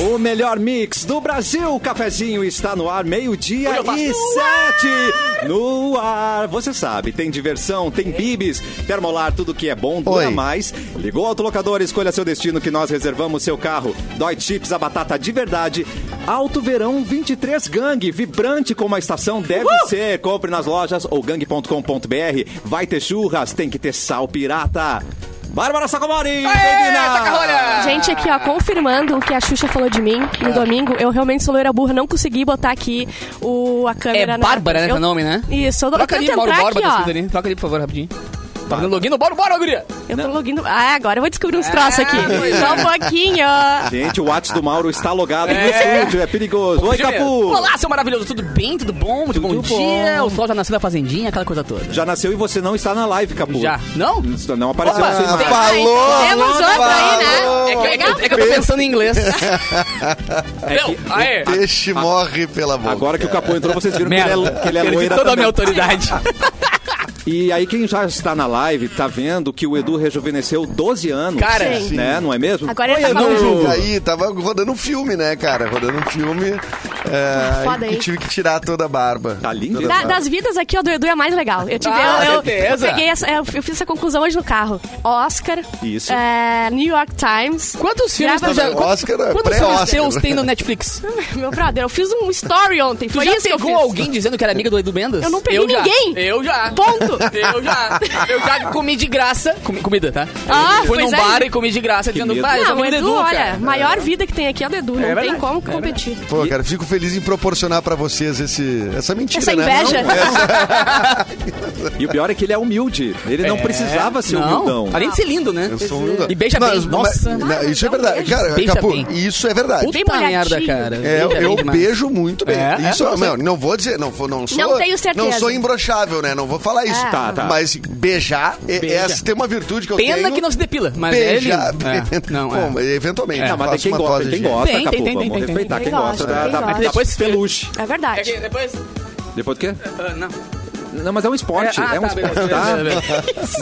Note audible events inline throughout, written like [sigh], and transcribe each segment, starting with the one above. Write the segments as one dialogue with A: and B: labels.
A: O melhor mix do Brasil, o cafezinho está no ar, meio-dia e sete. No ar, você sabe, tem diversão, tem bibis, termolar, tudo que é bom, dura
B: Oi.
A: mais. Ligou ao autolocador, escolha seu destino que nós reservamos seu carro. Dói Chips, a batata de verdade. Alto Verão 23 Gang, vibrante como a estação deve ser. Compre nas lojas ou gang.com.br. Vai ter churras, tem que ter sal pirata. Bárbara Sacomori! bem-vinda!
C: Gente, aqui, ó, confirmando o que a Xuxa falou de mim
D: É.
C: no domingo, eu realmente sou loira burra, não consegui botar aqui o, a câmera.
D: É
C: na-
D: Bárbara, né,
C: Eu-
D: teu nome, né?
C: Isso, eu, eu
D: Troca ali,
C: tento
D: Mauro
C: entrar
D: Borba, tá escrito
C: aqui, ó.
D: ali. Troca ali, por favor, rapidinho. Tá fazendo login no Mauro Borba, guria!
C: Eu tô logindo. Ah, agora eu vou descobrir uns troços aqui.
D: É, pois
C: Só um pouquinho.
A: Gente, o WhatsApp do Mauro está logado no
D: É.
A: estúdio, é perigoso. Oi,
D: Podia.
A: Capu!
D: Olá, seu maravilhoso, tudo bem? Tudo bom? Muito bom
A: Tudo
D: dia!
A: bom.
D: O sol já nasceu da fazendinha, aquela coisa toda.
A: Já nasceu e você não está na live, Capu.
D: Já. Não?
A: Isso Não apareceu
D: Opa,
A: na sua
B: Ah,
A: imagem.
B: falou!
C: Temos outro aí, né?
B: falou.
D: É que, é que- é que eu tô pensando
A: [laughs]
D: em inglês. Não, aê!
B: Peixe morre pela boca.
A: Agora que o Capu entrou, vocês viram que ele
D: Merda,
A: é, que ele é
D: perdi
A: loira
D: toda a minha
A: também. [laughs]
D: autoridade.
A: E aí, quem já está na live, tá vendo que o Edu rejuvenesceu 12 anos.
D: Cara,
C: Sim.
A: né? Não é mesmo?
C: Agora ele
A: Oi,
C: tá
A: Edu.
C: falando.
B: E aí, tava rodando um filme, né, cara? Rodando um filme. É,
C: Foda
B: e
C: aí.
B: tive que tirar toda a barba.
A: Tá lindo,
B: Toda a
C: Da-
B: barba.
C: das vidas aqui, ó, do Edu é a mais legal. Eu tive,
D: Ah,
C: eu, eu-
D: certeza.
C: eu peguei essa, eu, eu fiz essa conclusão hoje no carro. Oscar,
A: Isso.
C: é, New York Times. [laughs]
D: quantos filmes
C: Grava
D: tu já...
B: também. Oscar,
A: é
D: quantos- quantos
B: pré-Oscar.
D: filmes teus tem no Netflix?
C: Meu brother, eu fiz um story ontem.
D: Tu
C: Foi
D: já
C: isso que eu
D: pegou
C: fiz.
D: alguém dizendo que era amiga do Edu Mendes?
C: Eu não peguei
D: já.
C: ninguém.
D: Eu já.
C: Ponto.
D: [laughs] Eu já. Eu já comi de graça. Comi, comida, tá?
C: Ah,
D: Fui num
C: pois é.
D: bar e comi de graça, dizendo,
A: medo.
D: ah, eu sou
C: Não, o
D: amiga do
C: Edu,
D: Edu,
C: olha,
D: cara.
C: maior vida que tem aqui é o do Edu. Não tem
D: verdade,
C: como competir.
B: Pô, cara, fico feliz em proporcionar pra vocês esse, essa mentira,
C: Essa
B: né?
C: inveja.
B: Não, essa-
A: E o pior é que ele é humilde. Ele não precisava ser humildão.
D: Não, além de ser lindo, né?
B: eu sou um lugar.
D: E beija
B: Não,
D: bem,
B: mas-
D: nossa.
B: não, isso é verdade.
C: Beija
B: Cara,
D: bem.
B: Capu, isso é verdade.
C: Bem
D: Puta merda,
C: molhadinho.
D: cara.
B: É,
D: Beija
B: eu
D: bem demais.
B: beijo muito bem.
D: É,
B: isso,
D: é,
B: não, não vou dizer, não, vou- não sou.
C: Não tenho certeza.
B: Não sou embroxável, né? Não vou falar isso.
C: É. Tá,
A: tá.
B: Mas beijar, é-
D: Beija.
B: essa tem uma virtude que eu tenho.
D: Pena que não se depila, mas é
B: Beijar.
D: lindo. É,
B: [laughs]
D: Não, é.
B: Bom, eventualmente.
A: Não, mas tem
B: faço
A: quem
B: uma
A: gosta, tem
B: dose
A: quem
B: de-
A: gosta,
D: Tem,
A: Capu.
D: tem, tem,
A: Vamos
D: tem, É tem.
A: respeitar quem
C: Quem
A: gosta. né?
C: gosta, quem
A: da- da-
C: gosta.
A: da- Depois peluche.
C: É verdade.
D: depois... ah,
A: Depois do quê?
D: não.
A: Não, mas é um esporte.
D: ah,
A: É, um esporte, tá?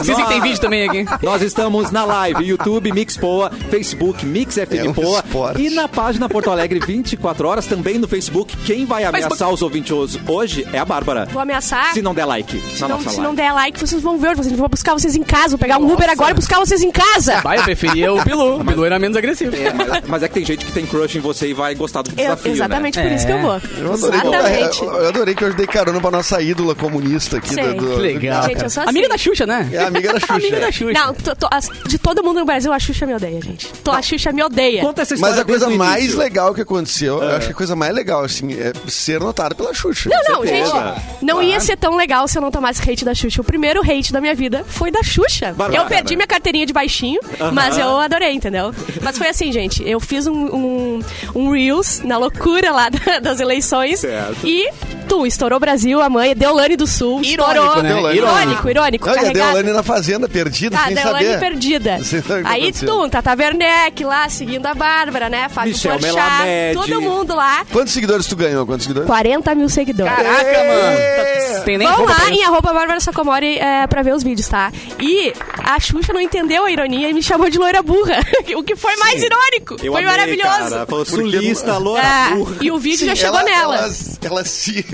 D: Vocês que tem vídeo também aqui.
A: Nós estamos na live, YouTube, Mixpoa, Facebook, Mix FM
B: É um
A: Poa.
B: esporte.
A: e na página Porto Alegre 24 horas, também no Facebook. Quem vai ameaçar
D: Facebook.
A: os ouvintes hoje- hoje é a Bárbara.
C: Vou ameaçar.
A: Se não der like na
C: Não,
A: nossa
C: se
A: live.
C: não der like, vocês vão ver. Vocês vão buscar vocês em casa. Vou pegar um Uber agora e buscar vocês em casa.
D: Vai, eu preferia o Bilu. O Bilu era menos agressivo.
C: Assim.
A: Mas, mas é que tem gente que tem crush em você e vai gostar do
C: Eu-
A: desafio, né?
C: exatamente por
D: É.
C: isso que eu vou.
B: Eu adorei, É,
C: Exatamente.
B: eu- eu adorei que eu dei carona pra nossa ídola comunista aqui.
C: Sei.
B: Do, do-
D: Que legal.
C: Gente,
D: cara.
C: eu sou assim.
D: Amiga da Xuxa, né?
B: É amiga da Xuxa.
D: Amiga da Xuxa.
C: Não, to- to- as- de todo mundo no Brasil, a Xuxa me odeia, gente. To- a Xuxa me odeia.
A: Conta essa história
B: Mas a coisa
A: desde o
B: mais
A: início.
B: legal que aconteceu, eu acho que a coisa mais legal, assim, é ser notado pela Xuxa.
C: Não, não,
A: certeza.
C: gente. Não ia ser tão legal se eu não tomasse hate da Xuxa. O primeiro hate da minha vida foi da Xuxa.
A: Bárbara.
C: eu perdi minha carteirinha de baixinho, mas eu adorei, entendeu? Mas foi assim, gente. Eu fiz um, um, um Reels na loucura lá [laughs] da- das eleições.
A: Certo.
C: E tu, estourou Brasil, a mãe, Deolane do Sul.
D: Irônico,
C: estourou.
D: né?
C: Irônico, irônico.
B: Não, e a
C: carregado.
B: Deolane na fazenda, perdida,
C: Tá,
B: sem
C: Deolane
B: saber.
C: perdida.
B: [laughs] Sem saber o que
C: Aí
B: aconteceu.
C: tu, um Tata Werneck lá, seguindo a Bárbara, né? Fábio
A: Michel
C: Porchat,
A: Melamed.
C: todo mundo lá.
B: Quantos seguidores tu ganhou? Quantos seguidores?
C: 40 mil seguidores.
D: Caraca,
B: É.
D: mano. Tem nem
C: Vão
D: roupa pra
C: lá
D: isso.
C: em arroba Bárbara Sacomori é, pra ver os vídeos, tá? E a Xuxa não entendeu a ironia e me chamou de loira burra. [laughs] o que foi mais irônico.
A: Eu
C: foi
A: amei,
C: maravilhoso.
A: Cara. Falou,
B: Porque
A: sulista,
B: não-
A: loura,
C: É,
A: burra.
C: e o vídeo já
B: Sim,
C: chegou
B: ela-
C: nela.
B: Ela, ela se...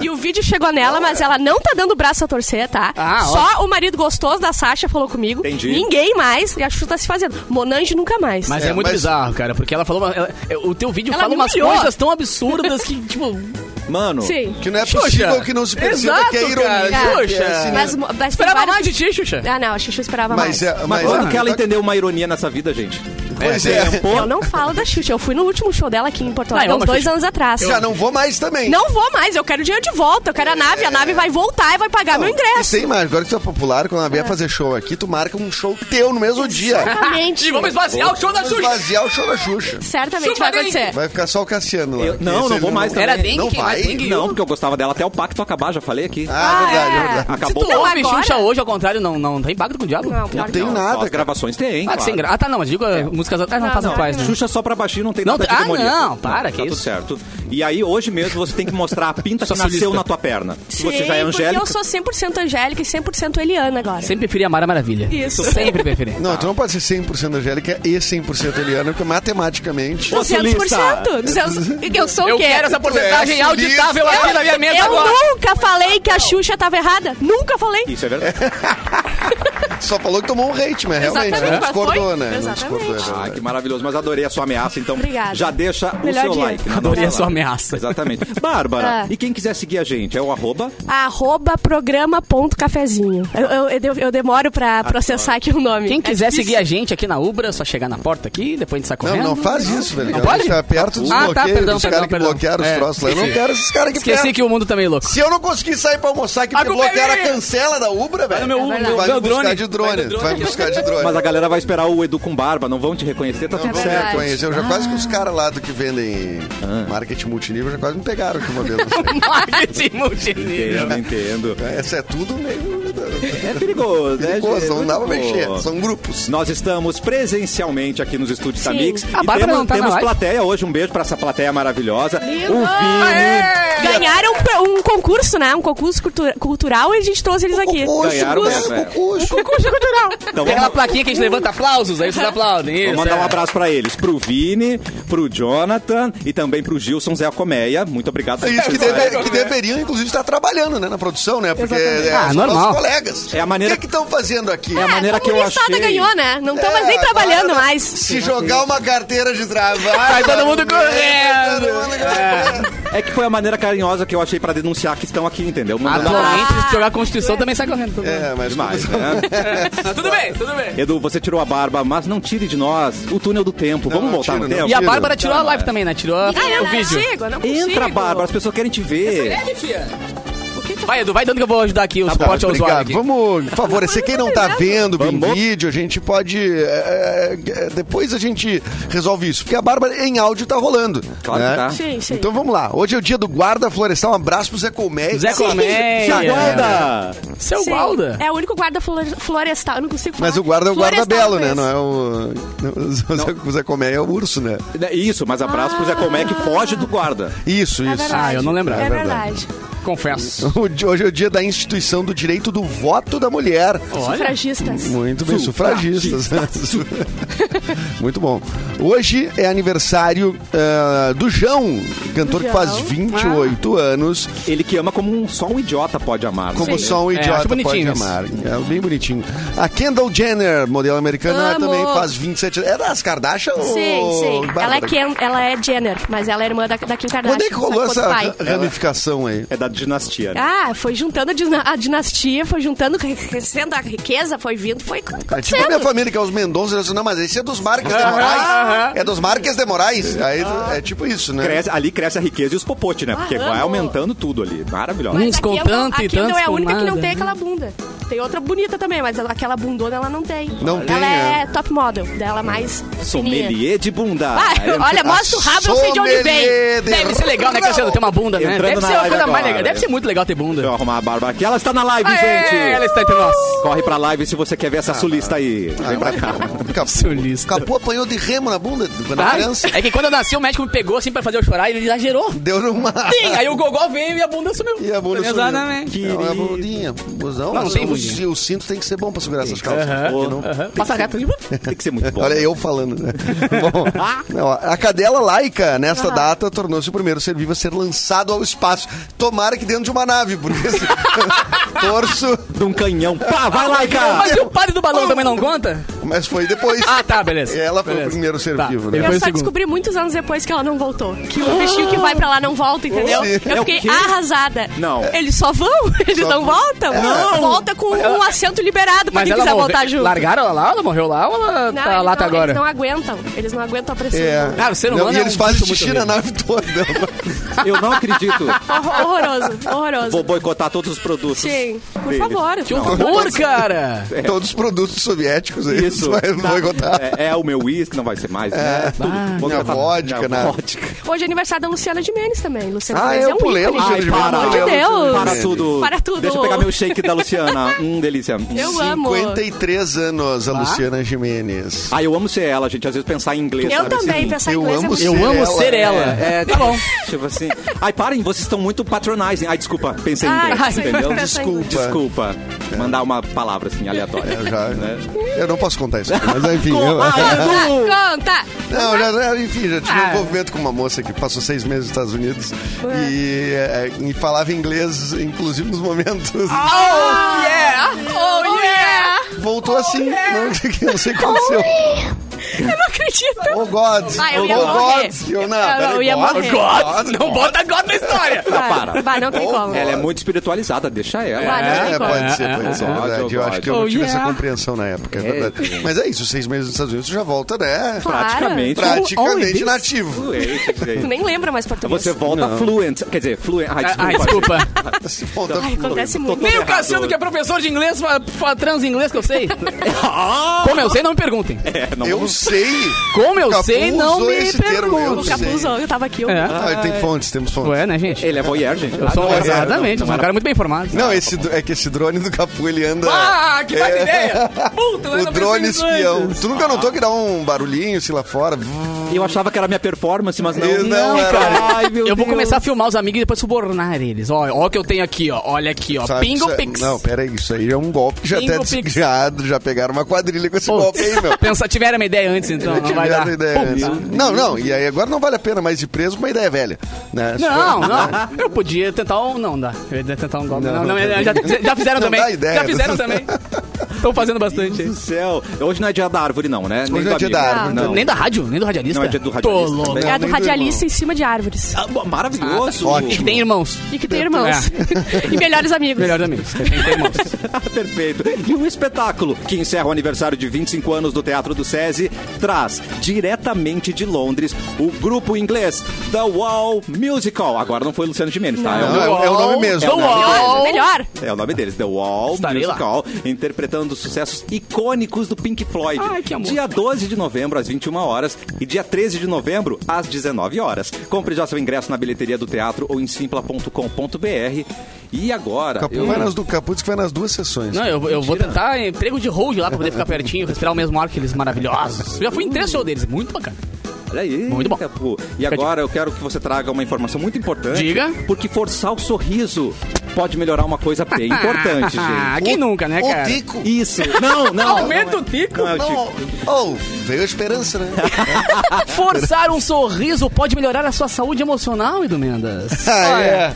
C: E o vídeo chegou nela, mas ela não tá dando braço a torcer, tá?
D: Ah,
C: Só o marido gostoso da Sasha falou comigo.
A: Entendi.
C: Ninguém mais. E a Xuxa tá se fazendo. Monange nunca mais.
D: Mas
B: É,
D: é, muito
B: mas-
D: bizarro, cara, porque ela falou. uma- ela- é, o teu vídeo
C: Ela
D: fala
C: me
D: umas
C: humilhou.
D: coisas tão absurdas que,
C: [laughs]
D: tipo.
A: Mano,
C: Sim.
B: Que não é
D: Xuxa.
B: possível que não se perceba
D: Exato,
B: que é ironia.
D: cara,
B: que é
D: Xuxa.
B: assim, né?
C: Mas, mas tem
D: Esperava
C: vários-
D: mais de ti, Xuxa.
C: Ah, não, a Xuxa esperava
B: Mas,
C: mais.
B: é-
A: mas
B: mas
A: quando
B: é-
A: que ela entendeu uma ironia nessa vida, gente?
B: Pois
A: É,
B: é.
A: tem um
C: Eu não falo da Xuxa. Eu fui no último show dela aqui em Porto Alegre,
D: eu
C: há
D: amo
C: uns
D: a
C: dois
D: Xuxa.
C: anos atrás.
B: Já não vou mais também.
C: Não vou mais, eu quero dinheiro de volta. Eu quero a nave, a nave vai voltar e vai pagar meu ingresso.
B: Sem mais, agora que tu é popular, quando ela vier fazer show aqui, tu marca um show teu no mesmo dia.
D: [laughs]
C: Certamente.
D: E vamos esvaziar o show da
B: Vamos
D: Xuxa.
B: Esvaziar o show da Xuxa.
C: Certamente
D: Chupa
C: vai acontecer.
B: Vai ficar só o Cassiano lá.
A: Eu- não,
B: Esse
A: não
B: ele
A: vou mais
D: Era
A: também.
D: dengue,
B: Não
D: quem mais
B: vai?
D: dengue?
A: Não, porque eu gostava dela até o pacto acabar, já falei aqui.
B: Ah, verdade,
C: Ah, é.
B: verdade.
D: Se
A: Acabou.
D: tu ouve
C: agora-
D: Xuxa hoje, ao contrário, não, não tá em pacto com o diabo?
C: Não,
D: Ah,
C: pior
B: Não
C: que
B: tem
C: não.
B: nada,
A: as gravações tem,
D: que sem
A: claro.
D: graça. Ah, tá, não, mas digo a música casados. Ah, não,
C: Não,
D: passa
C: não.
D: paz, né?
A: Xuxa só pra baixinho não tem
D: Não
A: nada
D: tem-
A: de
D: ah,
A: demoníaco.
D: não, para, que
A: tá
D: isso.
A: tudo certo. E aí, hoje mesmo, você tem que mostrar a pinta que
D: Só se
A: nasceu
D: lista.
A: na tua perna. Se você
C: Sim,
A: já é angélica...
C: Porque eu sou 100% angélica e 100% Eliana agora.
D: Sempre preferi a Mara Maravilha.
C: Isso.
D: Sempre
C: [laughs]
D: preferi.
B: Não, tu não pode ser 100% Angélica e 100% Eliana, porque matematicamente...
A: Ô, sulista.
C: 200%. 200, eu sou o
D: Eu
C: quê?
D: quero essa porcentagem
B: é
D: auditável aqui na minha mesa
C: Eu
D: agora.
C: nunca falei que a Xuxa tava errada. Nunca falei.
A: Isso é verdade.
C: [laughs]
B: Só falou que tomou um hate, mas realmente,
C: Exatamente,
B: não
C: mas
B: discordou,
C: foi?
B: né? Não
C: Exatamente.
B: discordou, é
A: Ah,
B: verdade.
A: que maravilhoso, mas adorei a sua ameaça, então
C: Obrigada.
A: já deixa
C: Melhor
A: o seu
C: dia.
A: like. na
D: Adorei a
A: nossa
D: sua
A: live.
D: ameaça.
A: Exatamente. Bárbara,
C: Ah.
A: e quem quiser seguir a gente, é o arroba
C: Arroba programa.cafezinho. Eu, eu, eu, eu demoro pra processar aqui o nome.
D: Quem
C: É
D: quiser
C: difícil.
D: seguir a gente aqui na Ubra, é só chegar na porta aqui, depois a gente sai
B: Não,
D: correndo. né?
B: não faz isso, velho.
D: Não pode?
B: Tá perto dos
D: Ah, tá,
B: bloqueios,
D: perdão,
B: os
D: perdão,
B: caras que
D: perdão.
B: bloquearam os
D: É,
B: troços lá. Eu não
D: esqueci.
B: quero esses caras que
D: Esqueci
B: perdem.
D: que o mundo tá meio louco.
B: Se eu não conseguir sair pra almoçar aqui,
D: Ah,
B: porque
D: meu
B: bloquearam a
D: bebê!
B: cancela da Ubra, velho.
D: meu-
B: vai
D: meu-
B: me
D: meu
B: buscar
D: drone.
B: de drone.
D: Vai
B: Vai,
D: no
B: me buscar de drone.
A: Mas a galera vai esperar o Edu com barba, não vão te reconhecer, tá
B: Não
A: tudo
B: vão
A: certo.
B: me reconhecer. Eu já quase que os caras lá do que vendem marketing multinível já quase me pegaram aqui uma vez.
D: Marketing multinível.
A: Entendo, entendo.
B: Essa é tudo meio.
A: É perigoso, né,
B: Perigoso,
A: gente?
B: não dá pra
A: Muito
B: mexer.
A: bom.
B: São grupos.
A: Nós estamos presencialmente aqui nos estúdios da
C: Sim.
A: Mix.
D: A
A: e
D: Bárbara
A: temos,
D: não tá na
A: temos
D: live.
A: plateia hoje, um beijo pra essa plateia maravilhosa. O Vini.
C: Ganharam pra- um concurso, né? Um concurso cultu- cultural e a gente trouxe eles aqui.
B: Cucuxo,
A: Ganharam
B: né?
A: mesmo, é.
B: Cucuxo.
C: Concurso [laughs] cultural.
A: Então
D: Tem aquela
A: vamos,
D: plaquinha que a gente levanta aplausos, aí vocês aplaudem. Isso,
A: vamos mandar um
D: é.
A: abraço pra eles, pro Vini, pro Jonathan e também pro Gilson Zé Comeia. Muito obrigado.
B: É Isso que,
A: participar.
B: deve, que deveriam, inclusive, estar trabalhando né, na produção, né? Porque é,
D: Ah,
B: os
D: normal.
B: nossos colegas.
A: É a maneira-
B: O que estão fazendo aqui?
A: É a maneira
C: a
A: que eu
C: comunistada
A: achei.
C: ganhou, né? Não estamos
B: É,
C: nem trabalhando
B: agora,
C: mais.
B: Se jogar uma carteira de trabalho.
D: Sai todo mundo correndo.
B: Todo mundo correndo.
A: É que foi a maneira carinhosa que eu achei pra denunciar que estão aqui, entendeu? Mandando abraço.
D: Atualmente, se jogar a Constituição também sai correndo. Ah,
B: É, mas
A: Demais, né?
D: Tudo bem, tudo bem.
A: Edu, você tirou a barba, mas não tire de nós o túnel do tempo. Vamos
B: não
A: voltar
B: tiro,
A: no
B: não.
A: tempo?
D: E a
B: Tiro.
D: Bárbara tirou a live também, né? Tirou a-
C: Ah, eu
D: o
C: não
D: vídeo.
C: consigo, eu não consigo.
A: Entra, Bárbara, as pessoas querem te ver.
D: é Vai, Edu, vai dando que eu vou ajudar aqui o
A: Tá
D: suporte ao usuário.
B: Tá obrigado.
D: aqui.
B: Vamos favorecer quem não tá vendo bem
A: Vamos.
B: vídeo, a gente pode. é, é, depois a gente resolve isso, porque a Bárbara em áudio tá rolando.
A: Claro
B: né?
A: que tá.
C: Sim, sim.
B: Então vamos lá. Hoje é o dia do guarda florestal. Um abraço pro Zé Colmeia.
D: Zé Colmeia.
A: Se aguarda!
D: Seu
C: Sim.
D: Gualda.
C: É o único guarda flore- florestal. Eu não consigo falar.
B: Mas o guarda é o guarda
C: Florestal eu
B: belo, né?
C: conheço.
B: Não [laughs] é o. O Zé, o Zé Colmeia é o urso, né?
A: É Isso, mas abraço pro Zé Comé
C: Ah.
A: que foge do guarda.
B: Isso,
C: É
B: isso.
C: verdade.
D: Ah, eu não lembrava.
C: É
B: É
C: verdade.
B: verdade.
D: Confesso.
B: [laughs] O di- Hoje é o dia da instituição do direito do voto da mulher.
D: Olha.
C: Sufragistas.
B: Muito bem,
A: Sufragistas.
B: sufragistas. né? [laughs] Muito bom. Hoje é aniversário ah, do João, cantor que
C: João. Ah.
B: faz 28 anos,
A: Ele que ama como um- só um idiota pode amar. né?
B: como só um
D: É, acho
B: idiota pode
D: bonitinho isso.
B: amar. É bem bonitinho. A Kendall Jenner, modelo americana,
C: Amo.
B: também faz 27 anos. É das Kardashian?
C: Sim,
B: ou-
C: sim.
B: Bárbara?
C: Ela é, Ken, ela é Jenner, mas ela é irmã da, da Kim Kardashian.
B: Quando é que
C: sacou
B: rolou
C: do
B: essa ra-
C: pai.
B: ramificação aí?
A: É da dinastia. Né?
C: Ah, foi juntando a, disna- a dinastia, foi juntando, crescendo a riqueza, foi vindo, foi
B: É tipo a minha família, que é os Mendonça, eu disse, não, mas esse é dos Marques de Moraes. É dos Marques de Moraes. Aí
D: Ah.
B: é tipo isso, né?
A: Cresce- ali cresce a riqueza e os popote, né? Porque
C: Ah,
A: vai
C: amo.
A: aumentando tudo ali. Maravilhosa.
D: Hum. Uns com tanto
C: a
D: e
C: Kendall
D: tantos
C: é a
D: com
C: única que é não
D: nada.
C: tem aquela bunda. Tem outra bonita também, mas ela- aquela bundona ela não tem.
B: Não
C: ela
B: tem,
C: é,
B: é.
C: top model, dela é mais fininha.
A: Sommelier de bunda.
C: Ah, [laughs] olha, mostra o rabo, eu sei de onde vem.
B: é, Sommelier de
D: Deve ser legal, né,
B: Rau.
D: Cassiano? Ter uma bunda, né?
A: Entrando na
D: Deve ser uma
A: live
D: coisa mais
A: agora.
D: legal. Deve ser muito legal ter bunda.
A: Deixa eu arrumar a barba aqui. Ela está na live, gente.
D: Aê, Ela está entre nós.
A: Corre pra live se você quer ver
B: Ah,
A: essa sulista aí. Vem pra cá.
B: O
D: Solista.
B: Capô apanhou de remo na bunda quando
D: Tá?
B: criança.
D: É que quando eu nasci, o médico me pegou assim pra fazer eu chorar e ele exagerou.
B: Deu numa.
D: Sim, aí o Gogó veio e a bunda sumiu.
B: [laughs] E a bunda
D: Exatamente.
B: sumiu. É uma bundinha. Busão,
D: Não, não tem
B: o-
D: bundinha.
B: o, cinto tem que ser bom pra segurar essas calças.
A: Aham.
B: Não-
D: Aham. Passa reto.
A: Ah, Tem que ser muito bom.
B: Olha, eu falando, né? Bom, não, a cadela laica, nesta data, tornou-se o primeiro ser vivo a ser lançado ao espaço. Tomara que dentro de uma nave, porque assim, [laughs] torço,
A: De um canhão. Pá, vai lá,
D: Mas
A: cara.
D: e o padre do balão também não conta?
B: mas foi depois.
D: Ah, tá, beleza.
B: Ela foi
D: Beleza.
B: o primeiro ser
D: Tá.
B: vivo,
C: Eu
B: né?
D: Foi o
C: só
D: segundo.
C: descobri muitos anos depois que ela não voltou. Que o peixinho que vai pra lá não volta, entendeu?
B: Sim.
A: É o
C: Eu fiquei
A: quê?
C: arrasada.
A: Não.
C: Eles só vão? [laughs] Eles
B: Só
C: não
B: vão. É.
C: voltam?
B: Não.
C: Volta com um assento liberado pra
D: Mas
C: quem
D: ela
C: quiser
D: morreu.
C: voltar junto.
D: Largaram ela lá? Ela morreu lá ou ela
C: Não,
D: tá
C: eles
D: lá até
C: não-
D: agora?
C: Eles não aguentam. Eles não aguentam a pressão.
D: Cara, o ser humano
B: Não, e
D: é
B: eles
D: um
B: fazem
D: bicho muito
B: xixi na
D: horrível.
B: nave toda.
A: Eu não acredito.
C: Horror- Horroroso, horroroso.
A: Vou boicotar todos os produtos.
C: Sim, por
A: deles.
C: favor.
D: Que horror, cara!
C: É.
B: Todos os produtos soviéticos aí.
A: Isso.
B: Mas
C: Tá.
B: não vai contar.
A: É, é o meu uísque, não vai ser mais. né? Tudo.
C: Ah.
A: Vou
B: minha
A: botar-
B: vodka,
A: minha
B: né?
A: vodka.
C: Hoje é aniversário da Luciana de Menes também. Luciana
B: Ah,
C: Gimenez
B: eu pulei a
C: ícone,
B: Luciana
C: gente.
A: Gimenez.
C: Pelo amor de
B: Ai,
C: Deus.
A: Para tudo.
C: Para tudo.
A: Deixa eu pegar meu shake da Luciana. [laughs] Hum, delícia.
C: Eu amo.
B: 53 anos,
C: Tá.
B: a Luciana Jimenez.
A: Ah, eu amo ser ela, gente. Às vezes pensar em inglês.
C: Eu
A: sabe,
C: também,
A: assim.
C: pensar em
B: eu
C: inglês é
B: amo
C: muito
D: Eu
B: Ser
D: amo
B: ela,
D: ser
B: é.
D: ela.
A: É, tá bom. Tipo assim. Ai, parem, vocês estão muito patronizing. Ai, desculpa, pensei em
C: Ai,
A: inglês.
C: isso aí foi
A: entendeu?
C: pensar em
A: Desculpa.
B: inglês.
A: Desculpa. Mandar uma palavra assim, aleatória.
B: Eu, já,
A: Né?
B: eu não posso contar isso, mas enfim. É. eu- [laughs]
C: Conta, conta.
B: Não, já- já, enfim, já tive
D: Ah.
B: um envolvimento com uma moça que passou seis meses nos Estados Unidos e, é, e falava inglês, inclusive nos momentos.
C: Ah,
D: Oh,
C: é.
D: yeah!
C: Oh, yeah.
B: Voltou assim,
C: Oh,
B: [laughs] não, não sei o que aconteceu.
C: Eu não acredito.
B: Oh, God!
C: Oh. Ah, eu
B: oh,
C: ia morrer.
B: God! Eu, não,
C: Eu- eu
B: peraí,
C: ia
B: God,
C: morrer.
B: God,
D: Não bota God na história!
A: para.
C: Vai, não tem como.
A: Ela é muito espiritualizada, deixa ela.
C: Vai, Ah, não tem
B: É,
C: como.
B: pode ser, pode ser.
A: é,
B: é verdade. Eu
A: é,
B: acho que eu
D: é.
B: não tive
D: Oh, yeah.
B: essa compreensão na época, é verdade. Mas é isso, seis meses nos Estados Unidos, tu já volta, né?
D: Então,
C: Claro.
A: Praticamente.
D: Only
B: Praticamente
D: this.
B: [laughs] nativo.
A: Fluente, gente.
C: Tu nem lembra mais português.
A: Você volta fluent. Quer dizer, fluent. Ai, desculpa.
D: Ai, Ah, desculpa.
B: Se volta
C: Ai, acontece
A: Tô-
C: muito.
A: tô-
D: Nem o Cassiano, que é professor de inglês, fa- fa- trans inglês que eu sei. Como eu sei, não me perguntem.
A: [laughs] É, não,
B: Eu sei.
D: Como eu
B: Capu
D: sei, não
B: usou
D: me
B: esse termo, eu
D: perguntem.
C: O Capuz, eu tava aqui. Eu...
D: É.
B: Ah, tem fontes, temos fontes.
D: Ué, né, gente?
A: Ele é voyeur, gente.
D: Eu sou
A: Ah, não, era,
D: exatamente, eu
A: não,
D: sou um
A: era.
D: cara muito bem informado.
B: [laughs] Não, esse, dro- é que esse drone do Capu, ele anda...
D: Ah, que baita ideia! Puta, eu
B: É. o
D: não
B: drone
D: pensei nisso
B: espião.
D: antes.
B: Tu nunca notou que dá um barulhinho, se lá fora?
D: É
A: Eu achava que era minha performance, mas não.
B: Não, era.
A: Ai, meu
D: Eu vou
A: Deus.
D: começar a filmar os amigos e depois subornar eles. Ó, ó o que eu tenho aqui, ó. Olha aqui, ó.
B: Sabe,
D: Bingo
B: sa-
D: Pix.
B: Não, pera aí, isso aí é um golpe que já
D: Bingo
B: até
D: Pix.
B: desviado, já pegaram uma quadrilha com esse
D: Pô,
B: golpe aí, meu.
D: Pensa, tiveram uma ideia antes, então. Não vai
B: Tiveram
D: dar.
B: ideia
D: Pô,
B: antes.
D: não.
B: Não, não, e aí agora não vale a pena mais ir preso pra uma ideia velha. Né? Se
D: Não,
B: for-
D: não. Eu podia tentar um. Não, dá. Eu ia tentar um golpe. Não,
B: Não,
D: não,
B: não
D: já,
B: tem.
D: já- já fizeram
B: Não
D: também.
B: dá ideia.
D: Já fizeram também. Estão fazendo bastante.
A: Meu Deus do céu. Hoje não é dia da árvore, não, né?
B: Hoje não é dia da árvore,
A: Não.
D: Nem da rádio, nem do radialista.
A: Não, é dia do
D: Tô
A: radialista
D: louco.
B: também.
C: É a do
B: Nem do
C: radialista
B: irmão.
C: em cima de árvores.
A: Ah, bom, maravilhoso.
B: Ótimo.
A: [laughs]
D: E que tem irmãos.
C: E que tem irmãos. [laughs] e melhores amigos.
D: Melhores amigos. Tem que ter irmãos.
A: Perfeito. E um espetáculo que encerra o aniversário de 25 anos do Teatro do SESI traz diretamente de Londres o grupo inglês The Wall Musical. Agora não foi Luciano Gimenez, tá? É o
B: Não, é, o- é o nome mesmo.
A: É o nome.
B: Oh.
D: Uau.
C: Melhor.
A: É o nome deles, The Wall
D: Estarei lá.
A: Musical, interpretando os sucessos icônicos do Pink Floyd.
D: Ai, que amor.
A: Dia 12 de novembro, às 21 horas, e dia 13 de novembro, às 19 horas. Compre já seu ingresso na bilheteria do teatro ou em simpla.com.br. E agora,
B: Capu vai nas, du... Capu disse que vai nas duas sessões.
D: Não, eu, eu vou tentar emprego de hold lá pra poder ficar pertinho, respirar o mesmo ar que eles maravilhosos. Eu já fui em três shows deles, muito bacana.
A: Olha aí,
D: Muito bom.
A: Capu. E agora eu quero que você traga uma informação muito importante.
D: Diga.
A: Porque forçar o sorriso pode melhorar uma coisa bem
D: [laughs]
A: importante,
D: Ah,
A: gente.
D: quem nunca, né,
B: É o
D: cara?
B: Tico.
A: Isso. Não, não.
D: Aumenta o tico.
A: Não é o
B: Não,
A: Tico.
B: oh, veio a
D: [laughs]
B: esperança, né?
D: Forçar um sorriso pode melhorar a sua saúde emocional, Edu Mendes.
B: ah, é.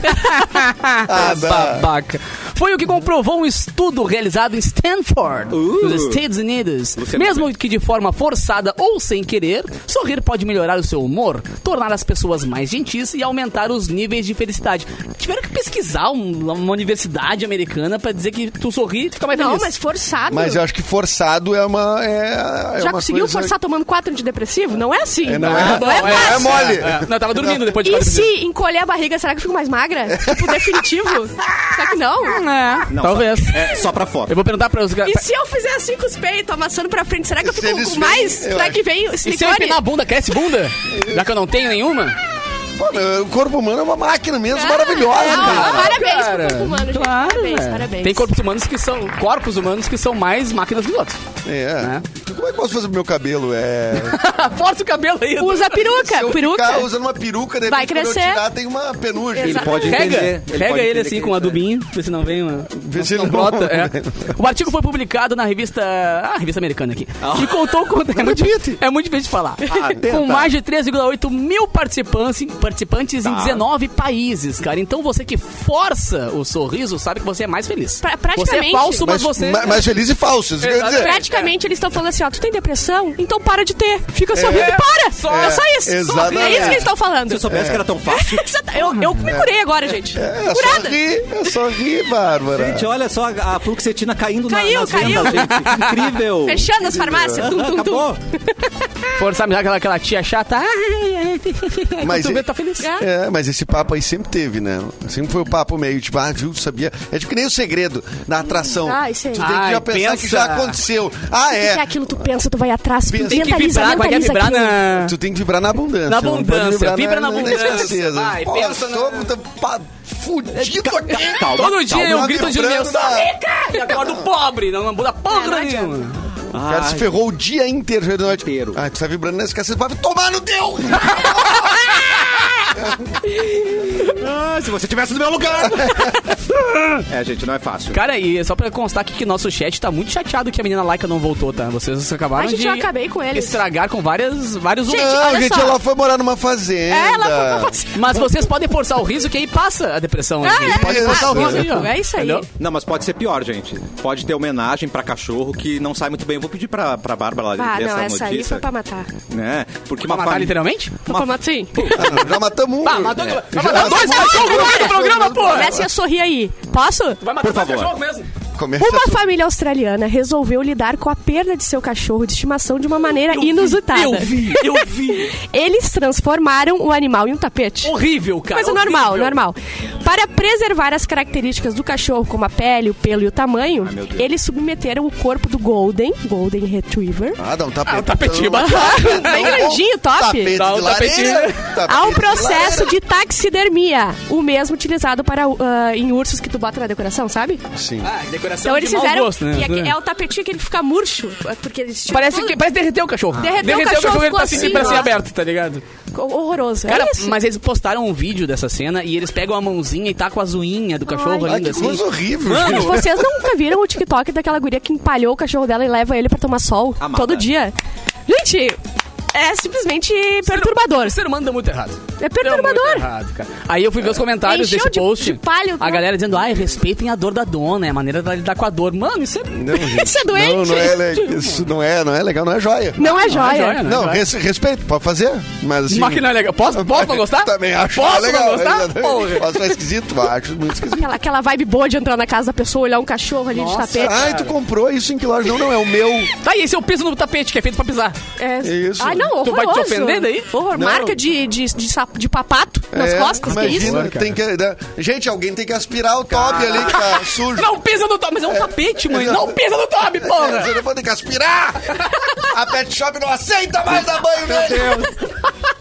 B: ah, dá.
D: Babaca. Foi o que comprovou um estudo realizado em Stanford,
A: Uh.
D: nos Estados Unidos.
A: Luciano,
D: Mesmo que de forma forçada ou sem querer, sorrir pode melhorar o seu humor, tornar as pessoas mais gentis e aumentar os níveis de felicidade. Tiveram que pesquisar um- uma universidade americana pra dizer que tu sorri e tu fica mais
C: Não,
D: feliz.
C: mas forçado.
B: Mas eu acho que forçado é uma. É, é
C: Já
B: uma
C: conseguiu
B: coisa...
C: forçar tomando quatro antidepressivo? Não é assim.
B: É, não
D: Ah,
B: é,
D: não, é
B: é mole.
D: É, não, eu tava dormindo depois de
C: E
D: quatro dias.
C: se encolher a barriga, será que eu fico mais magra? Tipo,
B: [laughs]
C: definitivo? será que não?
D: É,
A: Não,
D: talvez.
A: Só, é, só pra foto.
D: Eu vou perguntar pra os
C: E se eu fizer assim com os peitos, amassando pra frente, será que eu
B: Se
C: fico
B: eles
C: com mais?
B: veem, eu
C: será que
B: acho.
C: vem
D: E se eu
C: silicone?
D: empinar a bunda, cresce bunda? Já que eu não tenho nenhuma?
B: Pô, meu, o corpo humano é uma máquina mesmo,
C: Ah,
B: maravilhosa,
C: ah,
B: cara.
C: Parabéns
D: Cara,
C: pro corpo humano, gente.
D: claro,
C: parabéns,
D: velho.
C: parabéns.
D: Tem corpos humanos que são. Corpos humanos que são mais máquinas que os outros.
B: É.
D: Né?
B: Como é que eu posso fazer pro meu cabelo? É.
D: [laughs] Força o cabelo aí.
C: Usa
B: Se
C: peruca,
B: eu
C: peruca.
B: ficar usando uma peruca, de
C: Vai
B: repente, quando eu
C: crescer.
B: tirar, tem uma penugem.
A: Ele pode
D: Pega,
A: entender.
D: pega
A: pode
D: ele,
A: entender
D: assim
A: que é.
D: com um adubinho, pra ver se não
A: [laughs]
D: vem uma.
B: Vê se ele
D: não
B: não-
D: brota. é.
A: né?
D: O artigo foi publicado na revista. Ah, revista americana aqui. E
A: [laughs]
D: contou com. É muito,
B: repite.
D: é muito difícil de falar.
A: Ah, tenta.
D: com mais de 3,8 mil participantes, participantes em
A: Tá.
D: 19 países, cara. Então você que força o sorriso sabe que você é mais feliz.
C: Pra-
D: Você é
C: praticamente.
D: falso, mas,
B: [laughs] Mas,
D: você.
B: ma- mas
C: é.
B: feliz e falso. Isso que eu ia dizer.
C: Praticamente eles estão falando assim, ó, tu tem depressão? Então para de ter. Fica sorrindo e para. Só, é, só isso.
B: exatamente.
C: É isso que eles estão falando. [laughs]
A: Se eu soubesse que era tão [laughs] fácil.
C: Exata- eu, eu me curei agora, gente.
B: É só
C: Curada.
B: rir, é só rir, Bárbara.
A: Gente, olha só a, a fluxetina caindo na-
C: Caiu,
A: nas [laughs]
C: caiu.
A: vendas, gente. Incrível.
C: Fechando as farmácias. Tum, tum, tum.
A: Acabou.
D: Forçar amizade, aquela, aquela tia chata. Ah, Ai, ai,
B: [laughs] Mas
D: Mas tu
B: é-
D: vê, tá feliz.
C: É.
B: É, mas esse papo aí sempre teve, né? Sempre foi o papo meio tipo, ah, viu, sabia? É tipo que nem o segredo na atração.
C: Ah, isso aí.
B: Tu tem que já
D: Ai,
B: pensar
D: pensa.
B: que já aconteceu. Ah,
C: O que é
B: é.
C: aquilo? Tu pensa, tu vai atrás, tu
B: Pensa.
D: Tem que
C: mentaliza,
D: vibrar, como é que é
C: mentaliza
D: vibrar
C: aquilo.
D: na...
B: Tu tem que vibrar na abundância.
D: Na
B: não pode
D: abundância, vibra na abundância.
B: escassez.
D: Vai,
B: Pô,
D: pensa na-
B: tô, tô pa- fudido aqui.
D: Todo dia eu
B: Tá
D: grito de meu
B: vibrando
D: sou
B: na-
D: rica! E acordo pobre, não, não muda porra
C: É, não
D: nenhuma.
B: O cara se ferrou o dia inteiro. Dia de noite.
A: Inteiro.
B: Ah, tu tá vibrando na escassez. Vai tomar no teu!
A: Ah, se você tivesse no meu lugar. [laughs] é, gente, não é fácil.
D: Cara, e só pra constar aqui que nosso chat tá muito chateado que a menina Laika não voltou, tá? Vocês acabaram
C: A gente
D: de
C: já acabei com eles.
D: estragar com várias, vários
C: Gente, [laughs]
D: humanos.
B: Não,
C: olha
B: gente,
C: só.
B: ela foi morar numa fazenda.
C: É, ela foi pra você.
D: Mas vocês podem forçar o riso que aí passa a depressão.
C: Ah,
D: gente.
C: é.
D: Pode forçar o riso aí, ó.
C: É isso aí.
D: Entendeu?
A: Não, mas pode ser pior, gente. Pode ter homenagem pra cachorro que não sai muito bem. Eu vou pedir pra, pra Bárbara lá
C: Ah,
A: ler
C: não,
A: essa
C: essa aí
A: notícia.
C: foi pra matar.
A: né? Porque
D: Pra
A: uma
D: matar
A: fami-
D: literalmente?
C: Foi pra matar, sim.
B: Ah, Já matamos um.
D: Ah, matou,
A: É.
D: vai matar dois cachorros no meio do programa, pô!
C: Comecem a sorrir aí. Posso?
D: Vai matar
A: Por
D: dois
A: favor.
D: cachorros mesmo.
B: Começa
C: Uma
B: a-
C: família australiana resolveu lidar com a perda de seu cachorro de estimação de uma maneira É inusitada.
D: Eu vi, eu vi.
C: Eles transformaram o animal em um tapete.
D: Horrível, cara.
C: Coisa
D: horrível.
C: é normal, normal. Para preservar as características do cachorro, como a pele, o pelo e o tamanho,
A: Ai, meu Deus.
C: eles submeteram o corpo do Golden, Golden Retriever,
B: Ah, dá um tapete.
D: Ah, o tapetinho bateu.
C: bem grandinho, top,
B: Tapete
D: Dá um
B: de lareira.
D: tapetinho.
B: tapete
C: ao
B: de
C: um processo
B: lareira.
C: de taxidermia, o mesmo utilizado para ah, em ursos que tu bota na decoração, sabe?
B: Sim.
D: Ah, decoração
C: Então eles
D: de mau
C: fizeram.
D: gosto, né?
C: e aqui é o tapetinho que ele fica murcho, porque eles tiram
D: Parece,
C: todo-
D: que, parece derreter o cachorro.
C: Derreteu o
D: derreter
C: cachorro,
D: ele tá
C: ficou
D: assim,
C: assim,
D: pra cima
C: ó.
D: aberto, tá ligado?
C: horroroso.
D: Cara,
C: é isso.
D: mas eles postaram um vídeo dessa cena e eles pegam a mãozinha e tacam as unhas do cachorro
B: Ah,
D: ainda
B: que
D: assim.
B: coisa horrível.
D: Mano,
B: gente.
C: Vocês nunca viram o TikTok daquela guria que empalhou o cachorro dela e leva ele pra tomar sol
A: Amada.
C: todo dia? Gente, é simplesmente perturbador.
D: O ser humano deu muito errado.
C: É
D: Deu muito
C: perturbador. É.
D: errado, cara. Aí eu fui ver os comentários
C: Encheu
D: desse
C: de-
D: post.
C: de palho,
D: a
C: né?
D: galera dizendo, ai, respeitem a dor da dona, é a maneira dela lidar com a dor. Mano, isso é.
B: [laughs] Não, gente.
C: Isso é doente.
B: Não, não é, [laughs] le- isso não é, não é legal, não é joia.
C: Não é joia.
D: joia, né?
B: Não, res- respeito, pode fazer, mas assim...
D: Mas que não é legal. Posso, posso não gostar?
B: Também acho
D: Posso
B: legal.
D: não gostar?
B: exatamente.
D: Porra.
B: Posso achar esquisito, acho muito esquisito.
C: Aquela, aquela vibe boa de entrar na casa da pessoa, olhar um cachorro ali
D: Nossa.
C: de tapete.
B: Ai, tu comprou isso em que loja? Não, não, é o meu.
D: Aí esse é o piso no tapete que é feito pra pisar.
C: É
B: isso.
C: Ai, não,
D: Tu
C: horroroso.
D: vai te ofender daí?
C: Horror.
B: Não.
C: Marca de, de, de, sapo- de papato nas
B: É,
C: costas, que isso?
B: imagina, tem que... né? Gente, alguém tem que aspirar o top ali que tá sujo.
D: Não pisa no top, mas é um tapete, mãe. Não pisa no top, porra.
B: Você não vai ter que aspirar! A pet shop não aceita mais dar banho nele!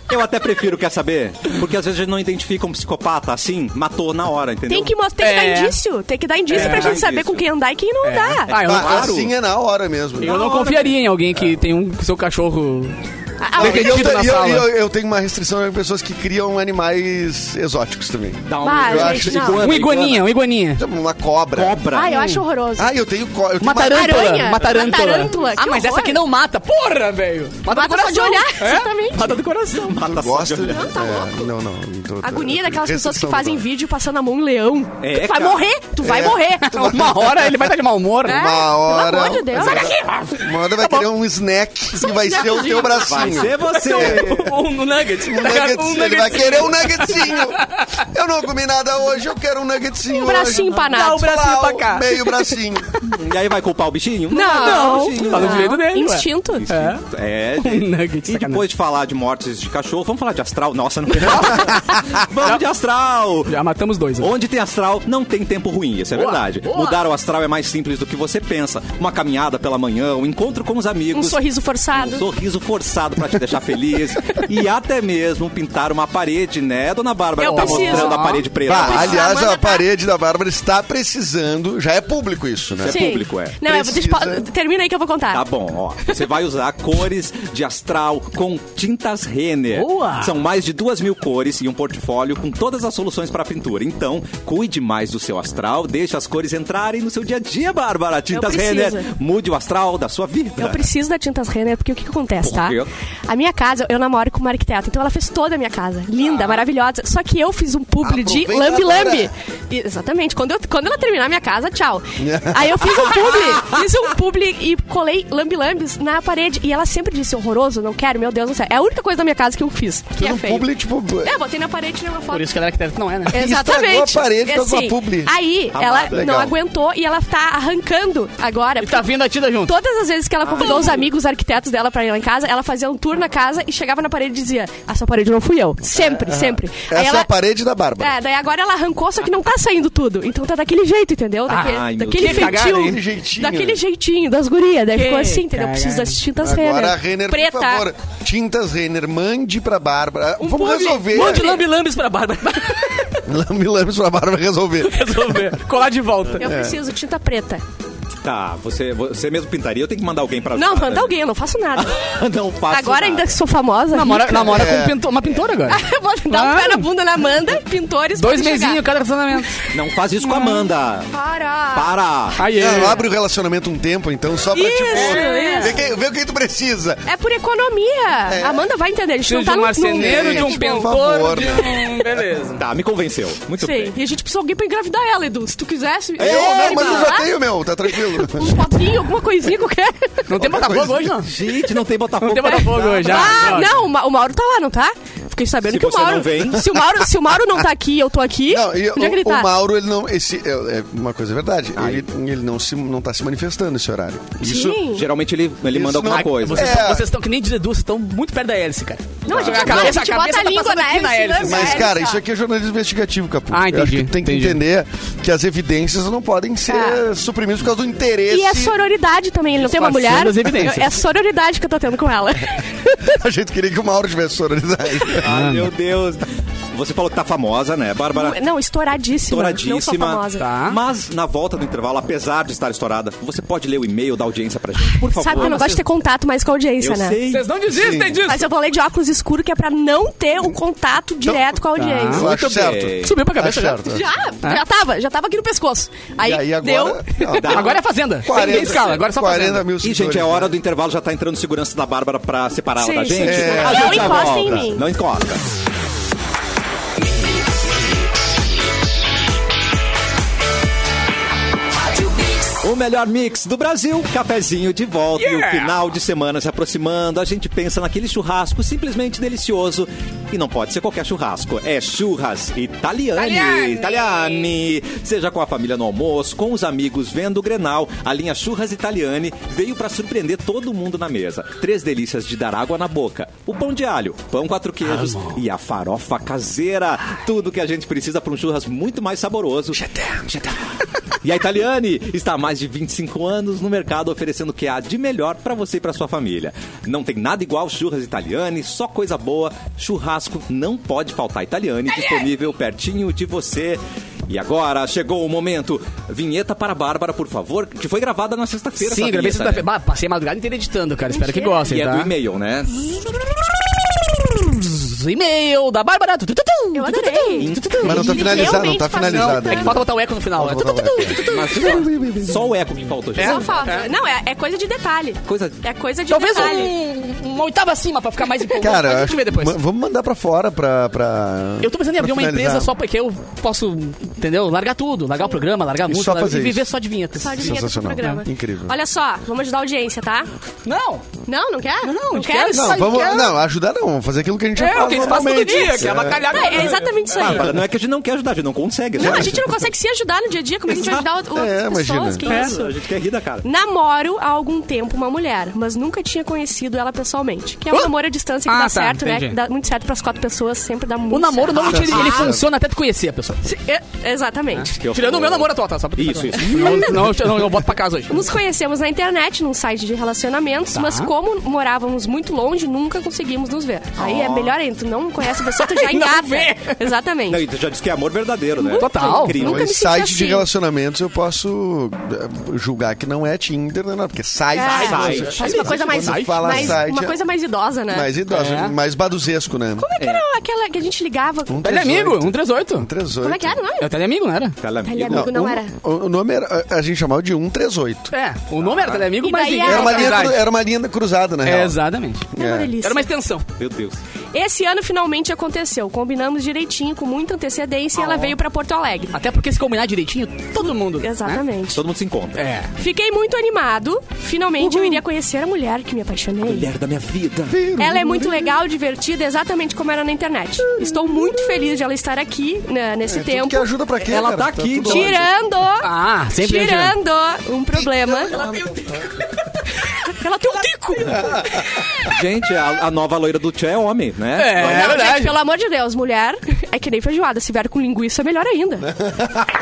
A: Eu até prefiro, quer saber? Porque às vezes a gente não identifica um psicopata assim, matou na hora, entendeu?
C: Tem que, mos- tem que
D: É.
C: dar indício. Tem que dar indício
A: É.
C: pra gente
A: Dá
C: saber
A: indício.
C: com quem andar e quem não andar.
D: Ah, eu não,
B: Ah,
A: Claro.
B: assim é na hora mesmo.
D: eu não confiaria em alguém
B: É.
D: que tem um seu cachorro.
C: Ah,
B: Não,
C: ah,
B: e eu,
D: Repetido
B: te-
D: na
B: e eu-
D: sala.
B: e eu- eu tenho uma restrição de pessoas que criam animais exóticos também.
A: Dá um
C: Bah,
B: eu
C: gente,
B: acho
C: não.
B: Tá iguana.
D: Um iguaninha, um iguaninha.
B: Tipo, Uma cobra.
A: cobra.
C: Ah, eu acho horroroso.
B: Ah, eu tenho cobra.
D: Uma tarântula.
C: aranha?
D: Uma tarântula.
C: Uma tarântula, que
D: Ah, mas essa
C: horror.
D: aqui não mata. Porra, velho. Mata, do
C: Mata só
D: coração. É?
C: de olhar, exatamente.
D: Mata do coração.
A: Mata só de
B: Gosto de...
A: olhar.
C: tá
B: é,
C: louco.
B: não, não. tô- tô-
C: Agonia daquelas pessoas que
B: restrição
C: fazem
B: do-
C: vídeo passando a mão em leão.
A: É,
C: tu vai
A: cara.
C: morrer, tu vai
B: É.
C: morrer.
D: Uma hora ele vai estar de mau humor.
C: É,
B: Uma hora.
C: Pelo amor de Deus. Tá
B: Sai
C: daqui!
B: Uma hora vai querer
C: [laughs]
B: um snack que vai ser o teu
A: Vai
B: bracinho.
A: ser você.
D: Um, um nugget.
B: Um nugget, ele vai querer um nuggetzinho. Eu não comi nada hoje, eu quero um nuggetzinho.
C: Um bracinho
B: hoje.
C: empanado.
D: Dá o bracinho
B: Pau,
D: pra cá.
B: Meio [laughs] bracinho.
A: e aí vai culpar o bichinho? né?
C: Não,
A: não,
D: tá no direito dele, ué.
C: Instinto.
A: É,
D: Um
A: gente.
D: nugget,
A: E
D: sacanagem.
A: depois de falar de mortes de cachorro, vamos falar de astral. Nossa, não quero. [laughs] Vamos de astral.
D: Já matamos dois. né?
A: Onde tem astral, não tem tempo ruim, isso é
D: Boa,
A: verdade.
D: boa.
A: Mudar o astral é mais simples do que você pensa. Uma caminhada pela manhã, um encontro com os
C: Um
A: amigos.
C: sorriso forçado.
A: Um sorriso forçado pra te deixar feliz. e até mesmo pintar uma parede, né, dona Bárbara?
C: Eu
A: que tá
C: preciso.
A: mostrando a parede preta.
B: Bah, aliás,
C: Amanda
B: a
C: tá-
B: parede da Bárbara está precisando. Já é público isso, né?
A: Sim. público, é.
C: Não, eu- deixa eu-
B: Precisa.
C: termina aí que eu vou contar.
A: Tá bom, ó. Você vai usar cores de astral com tintas Renner.
D: Boa!
A: São mais de duas mil cores e um portfólio com todas as soluções para pintura. Então, cuide mais do seu astral, deixe as cores entrarem no seu dia a dia, Bárbara. Tintas
C: preciso.
A: Renner, mude o astral da sua vida.
C: Eu preciso da tintas Renner, porque o que, que acontece,
A: Por
C: tá?
A: quê?
C: A minha casa, eu namoro com uma arquiteta, então ela fez toda a minha casa. Linda, maravilhosa. Só que eu fiz um publi de
B: Ah. Aproveita
C: lambi-lambi.
B: agora.
C: E- Exatamente. Quando, eu- quando ela terminar a minha casa, tchau.
B: [laughs]
C: Aí eu fiz um publi, fiz um publi e colei lambi-lambis na parede. E ela sempre disse, horroroso, não quero, meu Deus do céu. É a única coisa da minha casa que eu fiz, que é
B: No
C: feio.
B: público, tipo.
C: É, eu botei na parede e tirei uma foto.
D: Por isso que ela é arquiteta não é, né?
C: Exatamente.
B: Estragou a parede
C: É
B: por causa da
C: assim.
B: publi. Ah,
C: Aí,
A: Amada.
C: ela
B: Legal. Então,
C: não aguentou e ela tá arrancando agora.
D: E tá vindo a Tida junto.
C: Todas as vezes que ela convidou os amigos arquitetos dela pra ir lá em casa, ela fazia um tour na casa e chegava na parede e dizia: Essa parede não fui eu. Sempre, sempre.
B: Essa
C: Aí ela-
B: é a parede da Bárbara.
C: É, daí agora ela arrancou, só que não tá saindo tudo. Então tá daquele jeito, entendeu? Daquele,
A: Ai, meu
C: daquele
A: Deus.
C: feitio.
D: cagada, hein?
B: Daquele jeitinho.
C: Daquele jeitinho das gurias. Daí ficou assim, entendeu?
D: cagada.
C: Preciso das tintas
B: Agora,
C: Renner.
B: Renner,
C: Preta.
B: por favor, tintas Renner, mande pra Bárbara.
D: Um
B: Vamos
D: publi.
B: resolver.
D: Mande lambe-lambes pra Bárbara.
B: [laughs] Lambe lambes pra
C: [laughs]
B: Bárbara resolver.
D: [laughs] Resolver. Colar de volta.
B: É.
C: Eu preciso tinta preta.
A: Tá, você, você mesmo pintaria ou tem que mandar alguém pra
C: Não,
A: ajudar,
C: manda
A: né?
C: alguém, eu não faço nada.
A: [laughs]
B: [laughs]
A: não faço
C: agora
A: nada.
C: ainda que sou famosa. [laughs]
D: Namora,
C: rica.
D: namora
B: É.
D: com um pintor- uma pintora agora.
C: Vou dar um
D: Claro.
C: pé na bunda na Amanda, pintores.
D: Dois
C: podem chegar.
D: mesinhos cada relacionamento.
A: Não faz isso com a Amanda.
C: Para!
A: Para.
D: Aí, é.
B: Ela abre o relacionamento um tempo, então, só pra
C: É. Isso,
B: te pôr.
C: isso.
B: Vê, quem- vê o que tu precisa.
C: É por economia.
B: É.
C: Amanda vai entender. A gente não
D: Preciso
C: tá
D: de um
C: no-
D: marceneiro,
C: no-
D: de um
B: Gente,
D: pintor,
B: por favor,
D: de
B: né?
D: um... Beleza.
A: Tá, me convenceu. Muito
C: Sim.
A: bem.
C: E a gente precisa de alguém pra engravidar ela, Edu. Se tu quisesse.
B: É, Eu, não,
C: Eita!
B: mas eu já tenho, meu. Tá tranquilo.
C: [laughs] Um potinho, alguma coisinha qualquer.
D: Não tem Botafogo
B: coisa.
D: hoje, não.
A: Gente, não tem Botafogo.
D: Não tem Botafogo hoje, já.
C: Ah,
D: Droga.
C: não, o Ma- o Mauro tá lá, não tá? Fiquei sabendo
A: Se
C: que o
A: você
C: Mauro.
A: não vem.
C: Se o Mauro, se o Mauro não tá aqui e eu tô aqui,
B: Não, e
C: podia
B: o,
C: gritar.
B: o Mauro, ele não. Esse, é, é uma coisa é verdade. Ele, ele não, se, não tá se manifestando nesse horário. Isso.
C: Sim.
A: Geralmente ele, ele
B: Isso
A: manda alguma
B: não-
A: coisa.
D: Vocês
B: É.
D: estão- vocês estão que nem diz Edu, vocês estão muito perto da hélice, cara.
C: Não, a gente,
D: A
C: não, a
D: cabeça-
C: gente
D: a
C: bota
D: cabeça
C: a
D: tá
C: língua
D: passando
C: na
D: aqui na
C: hélice.
D: hélice.
C: né?
B: Mas,
C: Vai,
B: cara,
C: vai.
B: isso aqui é jornalismo investigativo, Capu.
D: Ah,
B: Eu acho que
D: entendi,
B: tem que
D: entendi.
B: entender que as evidências não podem ser
C: Ah.
B: suprimidas por causa do interesse.
C: E é sororidade também, ele não tem uma
D: Disfarçando
C: mulher.
D: as evidências.
C: É sororidade que eu tô tendo
A: [laughs]
C: com ela.
B: [laughs] A gente queria que o Mauro tivesse
D: [laughs]
B: sororidade.
D: É
A: Ai, meu Deus. Você falou que tá famosa, né, Bárbara?
C: Não, estouradíssima. Não sou
A: Estouradíssima.
C: famosa.
D: Tá.
A: Mas na volta do intervalo, apesar de estar estourada, você pode ler o e-mail da audiência pra gente, por favor.
C: Sabe que eu não gosto de ter contato mais com a audiência,
A: Eu
C: né?
A: sei.
D: Vocês não desistem disso.
C: Mas eu vou ler de óculos escuro que é pra não ter um contato direto com a audiência.
B: Eu acho
A: Muito
B: certo.
A: bem.
D: Subiu pra cabeça
B: Acho
D: já.
B: Tá certo.
C: Já, já tava, já tava aqui no pescoço. Aí,
B: E aí agora.
C: deu.
B: Não, deu
D: Agora é fazenda. Sem tem escala, agora é só
B: 40
D: fazenda.
B: mil
A: E, gente, é
B: seguidores.
A: hora do intervalo, já tá entrando segurança da Bárbara pra separá-la
C: Sim,
A: da gente.
C: sim, sim.
A: A
C: Não
A: gente já
C: encosta em
A: volta.
C: mim.
A: Não encosta. O melhor mix do Brasil, cafezinho de volta e o
D: Yeah!
A: final de semana se aproximando. A gente pensa naquele churrasco simplesmente delicioso e não pode ser qualquer churrasco. É churras italiane,
D: Italiani!
A: italiane. Seja com a família no almoço, com os amigos vendo o Grenal, a linha Churras Italiane veio para surpreender todo mundo na mesa. Três delícias de dar água na boca: o pão de alho, pão quatro queijos e a farofa caseira. Tudo que a gente precisa para um churras muito mais saboroso. [laughs] E a Italiane está há mais de 25 anos no mercado oferecendo o que há de melhor para você e para sua família. Não tem nada igual churras Italiane, só coisa boa. Churrasco não pode faltar Italiane, disponível pertinho de você. E agora chegou o momento. Vinheta para a Bárbara, por favor, que foi gravada na sexta-feira.
D: Sim,
A: essa
D: gravei
A: vinheta, né?
D: sexta-feira. tá Bah, Passei a madrugada inteira editando, cara. Espero que
C: Mentira.
D: gostem,
A: E é do
D: tá?
A: e-mail, né?
D: E-mail da Bárbara. Tu, tu, tu, tu,
C: Eu
D: tu, tu, tu.
C: adorei.
B: Mas não tá
C: Ele
B: finalizado, não
C: realmente
B: tá
C: faz
B: finalizado.
D: É que falta botar o eco no final. né? Tu, tu, tu, tu, tu, tu.
A: Mas só, só o eco que faltou, gente.
C: Só falta. Não, é, é coisa de detalhe.
A: Coisa-
C: É coisa de
D: Talvez
C: detalhe.
D: um, uma oitava acima pra ficar mais empolgado.
B: Cara,
D: Mas
B: eu
D: a
B: acho-
D: gente vê depois.
B: ma- vamos mandar pra fora pra. pra
D: Eu tô pensando em
B: pra
D: abrir uma
B: finalizar.
D: empresa só porque eu posso, entendeu? Largar tudo, largar o programa, largar a música
B: só
D: largar-
B: fazer
D: e viver
B: isso.
D: só de vinhetas.
C: Só de vinheta pro
B: Sensacional.
C: programa.
B: É, incrível.
C: Olha só, vamos ajudar a audiência, tá?
D: Não!
C: Não, não quer? Não, não,
D: quero
C: quero.
D: não.
B: Não, vamos, não, ajudar não, vamos fazer aquilo que a gente já
D: É,
B: faz
D: o que a gente faz todo
B: normalmente.
D: dia, que é avacalhar.
C: É, é exatamente isso aí.
A: Bárbara, não é que a gente não quer ajudar, a gente não consegue.
C: Não,
A: né?
C: a gente não consegue se ajudar no dia a dia. Como é que a gente vai ajudar outras
B: É,
C: pessoas?
B: imagina.
C: Que
A: É,
C: isso?
A: A gente quer rir da cara.
C: [laughs]
D: É.
C: Namoro há algum tempo uma mulher, mas nunca tinha conhecido ela pessoalmente. Que é um
D: Uh!
C: namoro à distância que
D: Ah,
C: dá
D: tá,
C: certo, né?
D: entendi.
C: Que dá muito certo pras quatro pessoas, sempre dá muito
D: O namoro
C: [laughs] certo.
D: normalmente ele, ele
B: Ah.
D: funciona até tu conhecer a pessoa.
C: É, Exatamente.
A: Que eu-
D: Tirando o meu namoro atual, tá? Só pra tu
A: Isso,
D: saber.
A: isso.
D: Não, não, eu, não, eu boto pra casa hoje.
C: Nos conhecemos na internet, num site de
B: Tá.
C: relacionamentos, mas como morávamos muito longe, nunca conseguimos nos ver. Aí é melhor ainda, tu não conhece a
B: [laughs]
C: pessoa, tu já
D: Não
C: engata.
D: vê.
C: Exatamente.
A: Não, e tu já disse que é amor verdadeiro, né?
D: Total.
A: Incrível.
C: Nunca
B: Mas
C: me senti
B: site
C: assim.
B: de relacionamentos eu posso eh, julgar que não é Tinder, né? não, Porque site.
C: É,
A: Sai, sai.
C: faz uma coisa mais,
B: Quando fala
C: mais-
B: site,
C: uma
B: é-
C: coisa mais idosa, né?
B: Mais idoso,
D: É.
B: mais baduzesco, né?
C: Como é que era aquela que a gente ligava?
B: Um
D: Tele
B: 38.
D: amigo, 138.
B: Um 38.
C: Como é que era, não?
D: É o teleamigo, não era?
A: Teleamigo.
C: Teleamigo. Não
B: um-
C: era.
B: O, o nome era. eh, A gente chamava de 138.
D: É, o nome era teleamigo,
C: E
D: mas
C: daí
D: ninguém
C: era-
B: Era uma
D: tinha
B: linha,
D: amizade.
B: cru- era uma linha cruzada, na real.
D: É, exatamente.
C: É uma delícia.
D: Era uma extensão.
A: Meu Deus.
C: Esse ano finalmente aconteceu. Combinamos direitinho, com muita antecedência, e ela veio pra Porto Alegre.
D: Até porque se combinar direitinho, todo mundo. né?
C: Exatamente.
A: Todo mundo se encontra.
D: É.
C: Fiquei muito animado. Finalmente eu iria conhecer a mulher que me apaixonei.
A: Mulher da minha vida.
C: Ela é muito legal, divertida, exatamente como era na internet. Estou muito feliz de ela estar aqui né, nesse
B: É, tudo
C: tempo.
B: Que ajuda pra quê?
A: Ela
B: cara?
A: tá aqui,
B: tudo
A: tira.
B: ótimo.
D: né?
C: Tirando!
D: Ah, sempre
C: tirando um problema. Ela tem um tico.
A: Gente, a, a nova loira do Tchê é homem, né?
D: É, é
C: Gente,
D: verdade.
C: pelo amor de Deus, mulher é que nem feijoada. Se vier com linguiça, é melhor ainda.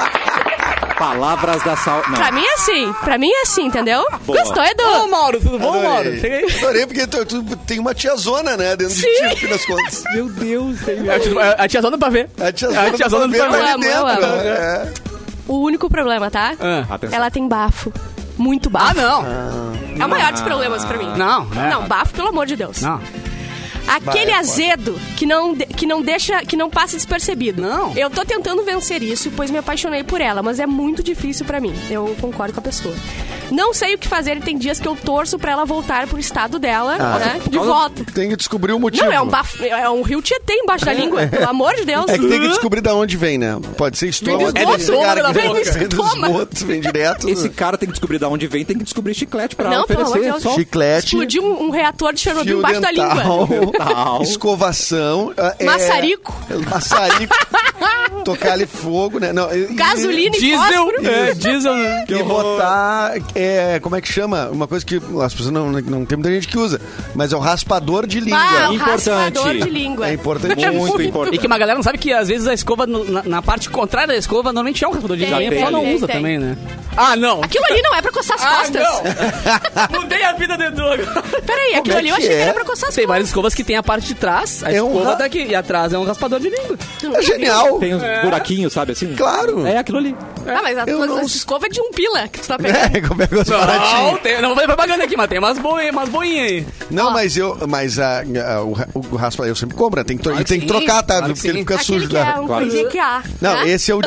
A: é Palavras da sal. Não.
C: Pra mim é assim. Pra mim é assim, entendeu?
A: Boa.
C: Gostou, Edu?
D: Ô, Mauro, tudo bom,
B: Adorei.
D: Mauro? Chega aí.
B: Adorei, porque tu, tu tem uma tiazona, né? Dentro de ti, no fim
C: [laughs]
B: das contas.
A: Meu Deus, tem
D: A tia- A tia é, Zona pra ver. É,
B: A tiazona,
D: A tiazona
B: do
D: do
B: pavê tá ali
C: Amo, eu
B: dentro.
C: amo.
B: É.
C: O único problema, tá?
D: Ah.
A: Atenção.
C: Ela tem bafo. Muito
D: Ah,
C: bafo.
D: não.
C: É o maior dos problemas pra mim.
D: Não, é.
C: Não, bafo, pelo amor de Deus.
D: Não.
C: Aquele
B: Vai,
C: azedo que não, de- que não deixa, que não passa despercebido.
D: Não.
C: Eu tô tentando vencer isso, pois me apaixonei por ela, mas é muito difícil pra mim. Eu concordo com a pessoa. Não sei o que fazer e tem dias que eu torço pra ela voltar pro estado dela,
B: Ah.
C: né? De
A: causa-
C: volta.
B: Tem que descobrir o motivo.
C: Não, é um bafo, é um rio Tietê embaixo da língua, pelo amor de Deus.
B: É que tem que descobrir da onde vem, né? Pode ser
C: Vem
B: estômago.
C: do
B: pode
D: esgoto,
B: ser garganta,
D: vem do
B: Vem do
C: estômago.
B: esgoto, vem direto.
A: Esse cara tem que descobrir de onde vem, tem que descobrir chiclete pra
C: Não, pelo amor de
A: oferecer.
C: Deus.
A: Só
B: Chiclete,
C: Explodiu um, um reator de Chernobyl
B: fio
C: embaixo da língua.
B: dental,
A: Dental.
B: escovação. é-
C: Maçarico.
B: Maçarico. tocar ali fogo, né? Não, e-
C: Gasolina e
D: Diesel.
C: fósforo.
D: É, diesel.
B: E, e botar, é, como é que chama? Uma coisa que as pessoas não, não tem muita gente que usa, mas é o raspador de língua.
C: Ah, o
A: Importante.
C: raspador de língua.
B: É importante.
A: muito importante.
D: E que uma galera não sabe que às vezes a escova, no- na, na parte contrária da escova, normalmente é um raspador de
C: Tem,
D: linha. A
A: tem,
D: pessoa não
C: tem,
D: usa
C: tem.
D: também, né? Ah, não.
C: Aquilo ali não é pra coçar as costas.
D: Ah, não. [laughs] Mudei a vida do Edu agora.
C: Peraí, aquilo
B: é
C: ali eu
B: que
C: achei que
B: é?
C: era pra coçar as
D: Tem várias
C: costas.
D: escovas que tem a parte de trás, a
B: É um
D: escova
B: ra-
D: daqui, e atrás é um raspador de língua.
B: É genial.
A: Tem uns buraquinhos, sabe assim?
B: Claro.
A: É aquilo ali.
C: Ah, mas a
B: Eu
C: tua
B: não-
C: tua escova é de um pila que tu tá pegando.
B: [laughs] É, como é que eu sou baratinho.
D: Não, tem, não vou fazer propaganda aqui, mas tem umas, boi, umas boinhas aí.
B: Não, mas eu. Mas a, a- o, ra- o raspa eu sempre compro, né? Tem que, tro-
D: Claro que
B: tem que
D: sim,
B: trocar, tá?
D: claro que
B: Porque ele
D: sim.
B: fica
C: Aquele
B: sujo.
C: que é
B: né?
C: um
A: Claro.
C: coisinha que há.
B: Não,
C: né?
B: esse é o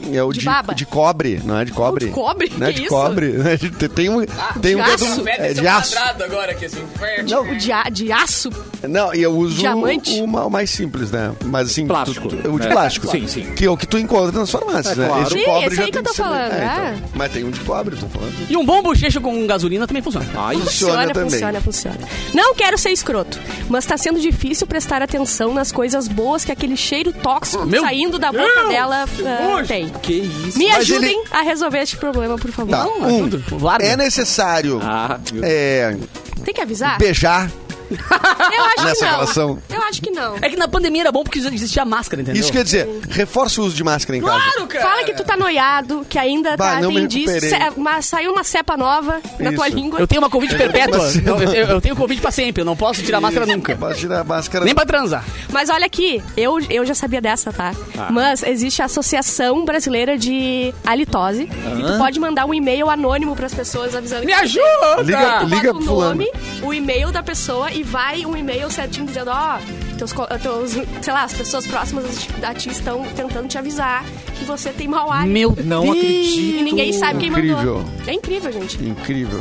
B: de. É o
C: De
B: de,
C: baba.
B: de cobre, não é de cobre?
C: de cobre?
B: Não é
C: Que
B: de
C: isso? Ah,
B: cobre. [laughs] né? De- Tem, tem um. Tem um
C: de
B: que é
C: aço?
B: do- é de aço.
D: agora aqui, assim.
B: Não,
C: O de, a- de aço.
B: Não, e eu uso
C: Diamante?
B: o, ma- o mais simples, né? Mas assim,
A: Plástico.
B: tu- tu- o de
A: É.
B: plástico.
A: Sim, sim.
B: Que é o que tu encontra nas farmácias,
A: É
B: né?
A: claro.
B: Esse
C: Sim,
B: de cobre
C: esse
B: já
C: aí que
B: tem
C: eu tô
B: ser-
C: falando,
B: É,
C: é.
B: então. Mas tem um de cobre, eu tô falando.
D: E um bom bochecho com gasolina também funciona.
A: Ai,
B: Funciona também.
C: funciona, funciona. Não quero ser escroto, mas tá sendo difícil prestar atenção nas coisas boas que aquele cheiro tóxico
D: Meu
C: saindo da boca
D: Deus,
C: dela
D: que
C: ah,
D: nojo.
C: tem.
A: Que isso?
C: Me
B: Mas
C: ajudem
B: ele-
C: a resolver este problema, por favor.
B: Tá.
C: Não,
B: Um,
D: ajuda,
C: Ah,
D: larga.
B: é necessário
A: Ah, meu
B: é,
C: Tem que avisar?
B: beijar
C: Eu acho que
B: nessa
C: não.
B: relação.
C: Eu acho que não.
D: É que na pandemia era bom porque existia máscara, entendeu?
B: Isso quer dizer, reforça o uso de máscara em casa.
C: Fala que tu tá noiado, que ainda
B: Bah,
C: tá,
B: não
C: tem
B: me
C: indício,
B: recuperei.
C: se- mas saiu uma cepa nova na tua
B: Isso.
C: língua.
D: Eu tenho uma Covid perpétua.
B: Mas-
D: Não, eu, eu tenho Covid pra sempre. Eu não posso tirar a máscara nunca.
B: Pode tirar a máscara.
D: Nem pra transar.
C: Mas olha aqui, eu, eu já sabia dessa, tá?
B: Ah.
C: Mas existe a Associação Brasileira de Halitose. E tu pode mandar um e-mail anônimo pras pessoas avisando
D: Me
C: que tu tem.
D: ajuda!
B: Liga-
C: Tu
B: Ah. liga
C: bota
B: pro
C: o
B: fulano.
C: nome, o e-mail da pessoa e vai um e-mail certinho dizendo, ó, teus, co- teus, sei lá, as pessoas próximas a ti estão tentando te avisar que você tem mau hálito.
D: Meu
A: Não
D: Deus.
A: acredito.
C: E ninguém sabe quem
B: Incrível.
C: mandou. É incrível, gente.
B: Incrível.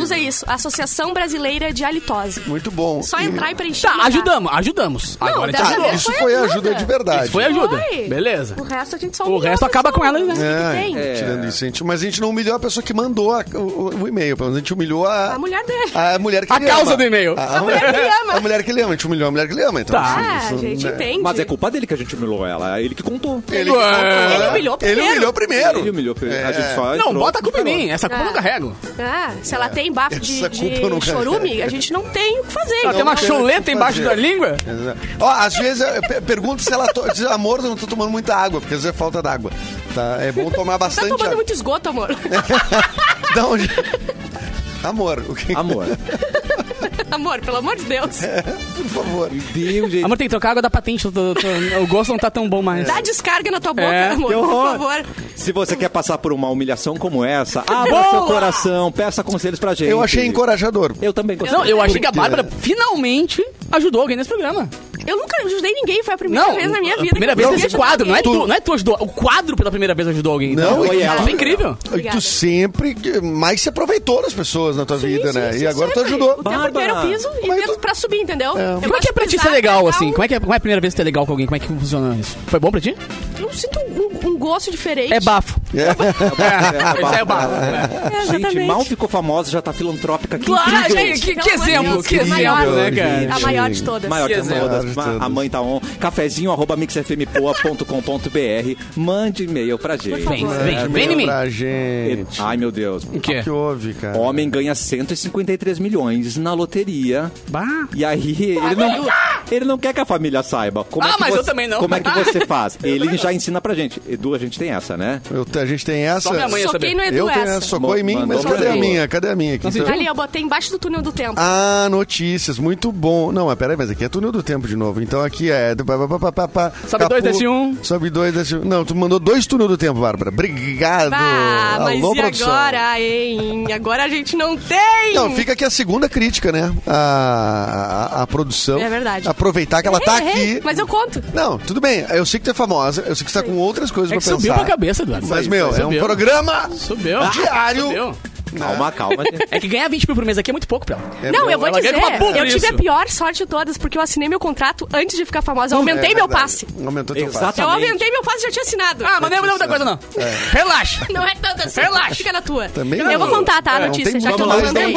C: Usa isso. Associação Brasileira de Halitose.
B: Muito bom.
C: Só
B: E-
C: entrar e preencher.
D: Tá,
C: mandar.
D: ajudamos, ajudamos. Agora tá-
C: dessa
D: te
B: Ah,
D: ajudou.
C: vez
B: isso foi ajuda de verdade.
D: Isso foi ajuda. Beleza.
C: O resto a gente só
D: O
C: humilha
D: resto
C: a
D: acaba
C: pessoa,
D: com ela, né?
C: O que
B: É,
C: tem?
B: tirando isso, a gente, mas a gente não humilhou a pessoa que mandou a- o, o e-mail. Pelo menos a gente humilhou a,
C: A mulher dele.
B: a mulher que
D: A
B: ele
D: causa
B: ama.
D: do e-mail.
B: A, a
C: mulher que ele ama.
B: A mulher que ele ama. A gente humilhou a mulher que ele ama. Então,
D: Tá.
B: assim,
C: Ah,
B: isso,
C: a gente
B: né?
C: entende.
A: Mas é culpa dele que a gente humilhou ela. É ele que contou.
B: Ele,
D: Ué.
C: Ele humilhou
B: Ele
C: primeiro.
B: humilhou primeiro.
A: Ele humilhou. A gente só
D: Não,
A: entrou.
D: bota a culpa em mim. Essa culpa eu
C: Ah.
D: não carrego.
C: Ah, se ela tem bafo de,
B: Essa culpa eu não
C: de chorume,
B: carrego.
C: a gente não tem o que fazer.
D: Ela tem uma
B: tem o que
D: chuleta embaixo
B: fazer.
D: da língua.
B: Exato. Ó, às vezes eu pe- pergunto se ela to... diz, amor, eu não tô tomando muita água, porque às vezes é falta d'água. Tá? É bom tomar
C: Tá
B: bastante
C: tomando
B: água.
C: muito esgoto, amor.
B: [laughs] Da onde- Amor, o que...
A: [laughs]
B: Ah,
A: Amor.
C: amor, pelo amor de Deus.
B: por favor.
A: Meu Deus, gente.
D: Amor, tem que trocar a água da patente. eu tô- tô- o gosto não tá tão bom mais.
C: Dá descarga na tua boca,
D: É,
C: amor,
A: que
C: por
A: horror.
C: favor.
A: Se você quer passar por uma humilhação como essa, abra
D: Boa!
A: seu coração, peça conselhos pra gente.
B: Eu achei encorajador.
A: Eu também gostei.
D: Não, eu achei que a Bárbara finalmente ajudou alguém nesse programa.
C: Eu nunca ajudei ninguém, foi a primeira
D: Não,
C: vez na minha vida.
D: a primeira
C: que eu
D: vez
C: consegui
D: nesse
C: ajudar
D: quadro, não é
C: alguém.
D: tu, não é tu ajudou. O quadro pela primeira vez ajudou alguém.
B: Não,
D: Então,
A: foi
D: isso
A: ela.
D: é incrível.
B: E
C: Obrigada.
B: tu sempre que mais se aproveitou das pessoas na tua vida,
C: Sim,
B: né?
C: sim,
B: e agora tu
C: sempre.
B: ajudou.
C: O tempo inteiro eu piso e
B: Mas
C: tento
B: tu-
C: pra subir, entendeu? Eu
D: Como é que
C: gosto
D: é pra
C: de
D: ti ser
C: pisar,
D: legal,
C: pegar
D: assim?
C: um-
D: Como é, que é, como é a primeira vez que tu é legal com alguém? Como é que funciona isso? Foi bom pra ti?
C: Eu sinto um, um gosto diferente.
D: É bafo. Esse [laughs] é o bafo. [laughs]
C: É,
A: Gente,
C: exatamente.
A: mal ficou famosa, já tá filantrópica. Que
D: Claro,
A: incrível.
D: gente, que, que
C: Pelo amor de
D: exemplo,
C: Deus,
D: que
C: a é maior,
D: exemplo, né,
B: gente.
D: cara?
C: A maior de todas.
A: Maior que
D: Sim,
A: todas.
B: exato.
A: A mãe tá on. Cafezinho arroba mixfmpoa.com.br. Mande e-mail pra gente.
D: Vem, vem, vem em
B: Vem
D: mim.
B: É,
D: Ah, é?
B: pra gente.
A: Ai, meu Deus.
D: O quê?
B: O que houve, cara?
A: Homem ganha 153 milhões na loteria.
D: Bah.
A: E aí, ele não, ele não quer que a família saiba. Como
D: Ah,
A: é que
D: mas
A: você-
D: eu também não. [laughs]
A: Como é que você faz? ele já ensina pra gente. Edu, a gente tem essa, né?
B: Eu, a gente tem essa.
D: Só minha mãe ia
C: Soquei
D: saber.
C: no
B: Eu
C: Edu
B: tenho essa.
C: essa.
B: Socou em mim,
A: Mandou
B: mas
A: pra
B: cadê a
A: mim.
B: minha? Cadê a minha aqui?
D: Então-
C: Ali, eu botei embaixo do túnel do tempo.
B: Ah, notícias, muito bom. Não, mas peraí, mas aqui é túnel do tempo de novo. Então aqui é.
D: Sobe dois, desce um.
B: Sobe dois, desce um. Não, tu mandou dois túnel do tempo, Bárbara. Obrigado.
C: Ah, mas
B: Alô,
C: e
B: produção.
C: agora, hein? Agora a gente não tem!
B: Não, fica aqui a segunda crítica, né? A, a, a produção.
C: É verdade.
B: Aproveitar que ela tá
C: Errei, errei,
B: aqui.
C: Mas eu conto.
B: Não, tudo bem. Eu sei que tu é famosa, eu sei que tu tá com outras coisas
D: É
B: pra
D: que subiu pra
B: pensar.
D: cabeça, Eduardo.
B: Mas,
D: Isso,
B: meu,
D: isso,
B: é um
D: subiu.
B: programa.
D: Subiu.
B: diário.
D: Subiu.
A: Calma, calma. gente.
D: É que ganhar 20 mil por mês aqui é muito pouco pra ela.
B: É
C: não,
B: meu,
C: eu vou
D: ela
C: dizer,
D: ganha uma bomba
C: eu tive
D: nisso.
C: a pior sorte de todas, porque eu assinei meu contrato antes de ficar famosa. Eu aumentei
B: É
C: meu
B: verdade.
C: passe.
B: Aumentou teu passe.
A: Exatamente.
C: Eu aumentei meu passe e já tinha assinado.
D: Ah, mas não é muita coisa, não. Relaxa.
C: Não é tanto assim.
D: Relaxa.
C: Fica na tua.
B: Também
C: eu
B: não. É,
C: vou contar, tá? A
B: Não
C: notícia,
B: tem
C: já que eu
B: muito
C: não
B: mais,
C: mandei.
B: não.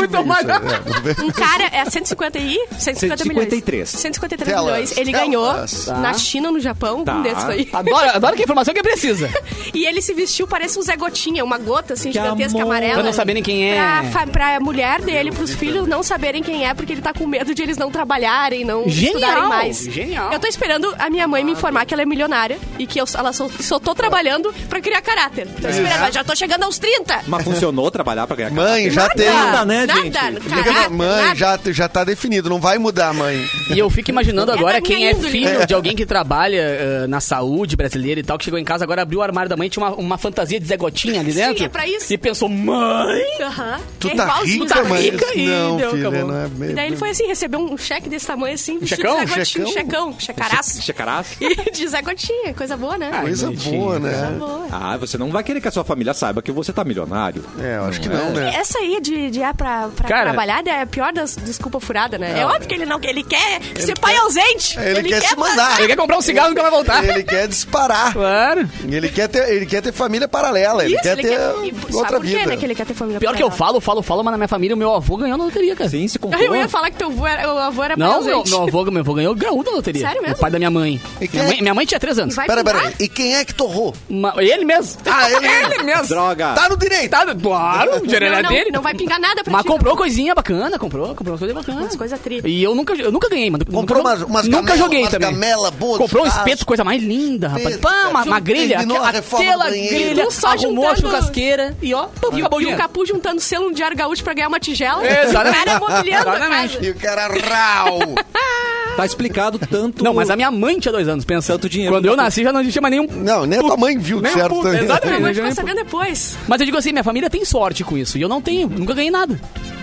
B: Muito mais.
C: Um cara, é 150 e 150 milhões.
A: 153.
C: 153
B: Telas,
C: milhões. Ele
B: telas.
C: ganhou
B: Tá.
C: na China, no Japão,
A: Tá.
C: um desses aí.
D: Adoro, adoro que é a informação que precisa.
C: E ele se vestiu, parece um Zé Gotinha, uma gota assim,
A: Que
C: gigantesca,
A: amor.
C: amarela.
D: Pra não saberem quem é.
C: Pra, fa- pra mulher dele, pros filhos não saberem quem é, porque ele tá com medo de eles não trabalharem, não
D: Genial,
C: estudarem mais.
D: genial.
C: Eu tô esperando a minha mãe me informar que ela é milionária e que eu, ela só, só tô trabalhando pra criar caráter. Tô esperando, mas já tô chegando aos 30.
A: Mas funcionou trabalhar pra ganhar
B: Mãe, já tem.
A: Nada, né,
C: nada,
A: gente?
C: Nada,
B: Liga pra
C: caráter,
B: mãe,
C: nada.
B: já, já tá definido, não vai mudar, mãe.
D: E eu fico imaginando
C: É
D: agora
C: da minha
D: quem é
C: índole.
D: filho de alguém que trabalha eh, na saúde brasileira e tal, que chegou em casa, agora abriu o armário da mãe, tinha uma, uma fantasia de Zé Gotinha ali
C: Sim,
D: dentro.
C: é pra isso.
D: E pensou, mãe!
C: Aham.
B: Tu
C: É
B: tá
C: igualzinho,
B: rica,
C: tá
B: mãe?
C: rica.
D: rica e
B: não,
D: deu,
B: filha,
D: acabou.
B: não é
C: E daí ele foi assim, recebeu um cheque desse tamanho assim, vestido
D: Checão?
C: de Zé Gotinha,
B: Checão?
C: checão, checaraço.
A: Checarás?
C: E de Zé Gotinha, coisa boa, né?
B: Coisa boa, né?
C: Boa.
A: Ah, você não vai querer que a sua família saiba que você tá milionário.
B: É, eu acho que não, né?
C: Essa aí de, de é pra, pra
D: Cara-
C: trabalhar é a pior das desculpa furada, né? É, óbvio que ele não ele quer ser pai ausente.
B: Ele, quer, se mandar.
D: Ele É, quer comprar um cigarro e nunca vai voltar.
B: Ele quer disparar.
D: Claro.
B: Ele quer ter, ele quer ter família paralela. Ele
C: Isso,
B: quer
C: ele
B: ter
C: quer. e sabe
B: outra
C: por
B: vida.
C: quê, né? Que ele quer ter família.
D: Pior
C: pra
D: que eu
C: ela.
D: falo, falo, falo, mas na minha família o meu avô ganhou na loteria, cara.
A: Sim,
D: [laughs]
A: se contou.
C: [laughs] Eu ia falar que teu avô era, o avô era pai
D: Uhum. Não, meu,
C: ausente.
D: meu avô, meu avô ganhou graúdo da loteria.
C: É, Sério mesmo?
D: O pai da minha mãe.
B: E quem
D: Minha
B: é?
D: mãe, minha mãe tinha três anos.
C: Vai
B: Pera,
C: pingar?
B: pera. E quem é que torrou?
D: Ma- ele mesmo.
B: Ah, ele-
D: mesmo.
A: Droga.
B: Tá no direito.
D: Tá, claro, o dinheiro
C: Não,
D: era
C: não,
D: é dele.
C: não vai pingar nada pra
D: Mas
C: ti.
D: comprou coisinha bacana, comprou, comprou umas coisas bacanas.
C: Umas coisas é tri.
D: E eu nunca, eu nunca ganhei, mano.
B: Comprou
D: nunca,
B: umas- umas
D: Nunca
B: gamela-
D: joguei
B: umas
D: também.
B: gamela boa de
D: comprou um
B: churrasco.
D: espeto, coisa mais linda, rapaz.
B: Espeto,
D: Pá, uma,
B: cara.
D: uma grelha,
B: Terminou a
D: aquela,
B: reforma do
D: aquela
B: banheiro.
D: grelha,
C: Tu só
D: arrumou a
C: juntando-
D: churrasqueira Tá e ó, pum, acabou o
C: E, o- e o
D: dinheiro.
C: Capu juntando selo no Diário Gaúcho pra ganhar uma tigela.
D: Exatamente.
C: O cara é mobiliando a
D: Exatamente.
C: casa.
B: E o cara rau.
A: Tá explicado tanto.
D: Não, mas a minha mãe tinha dois anos, pensando.
A: Tanto dinheiro.
D: Quando eu nasci já não existia mais nenhum...
B: Não, nem a tua mãe viu,
D: Nem
B: certo? Tá
D: puta, exatamente.
C: Minha mãe
D: Ele
C: ficou
D: já-
C: sabendo depois.
D: Mas eu digo assim, minha família tem sorte com isso. E eu não tenho, nunca ganhei nada.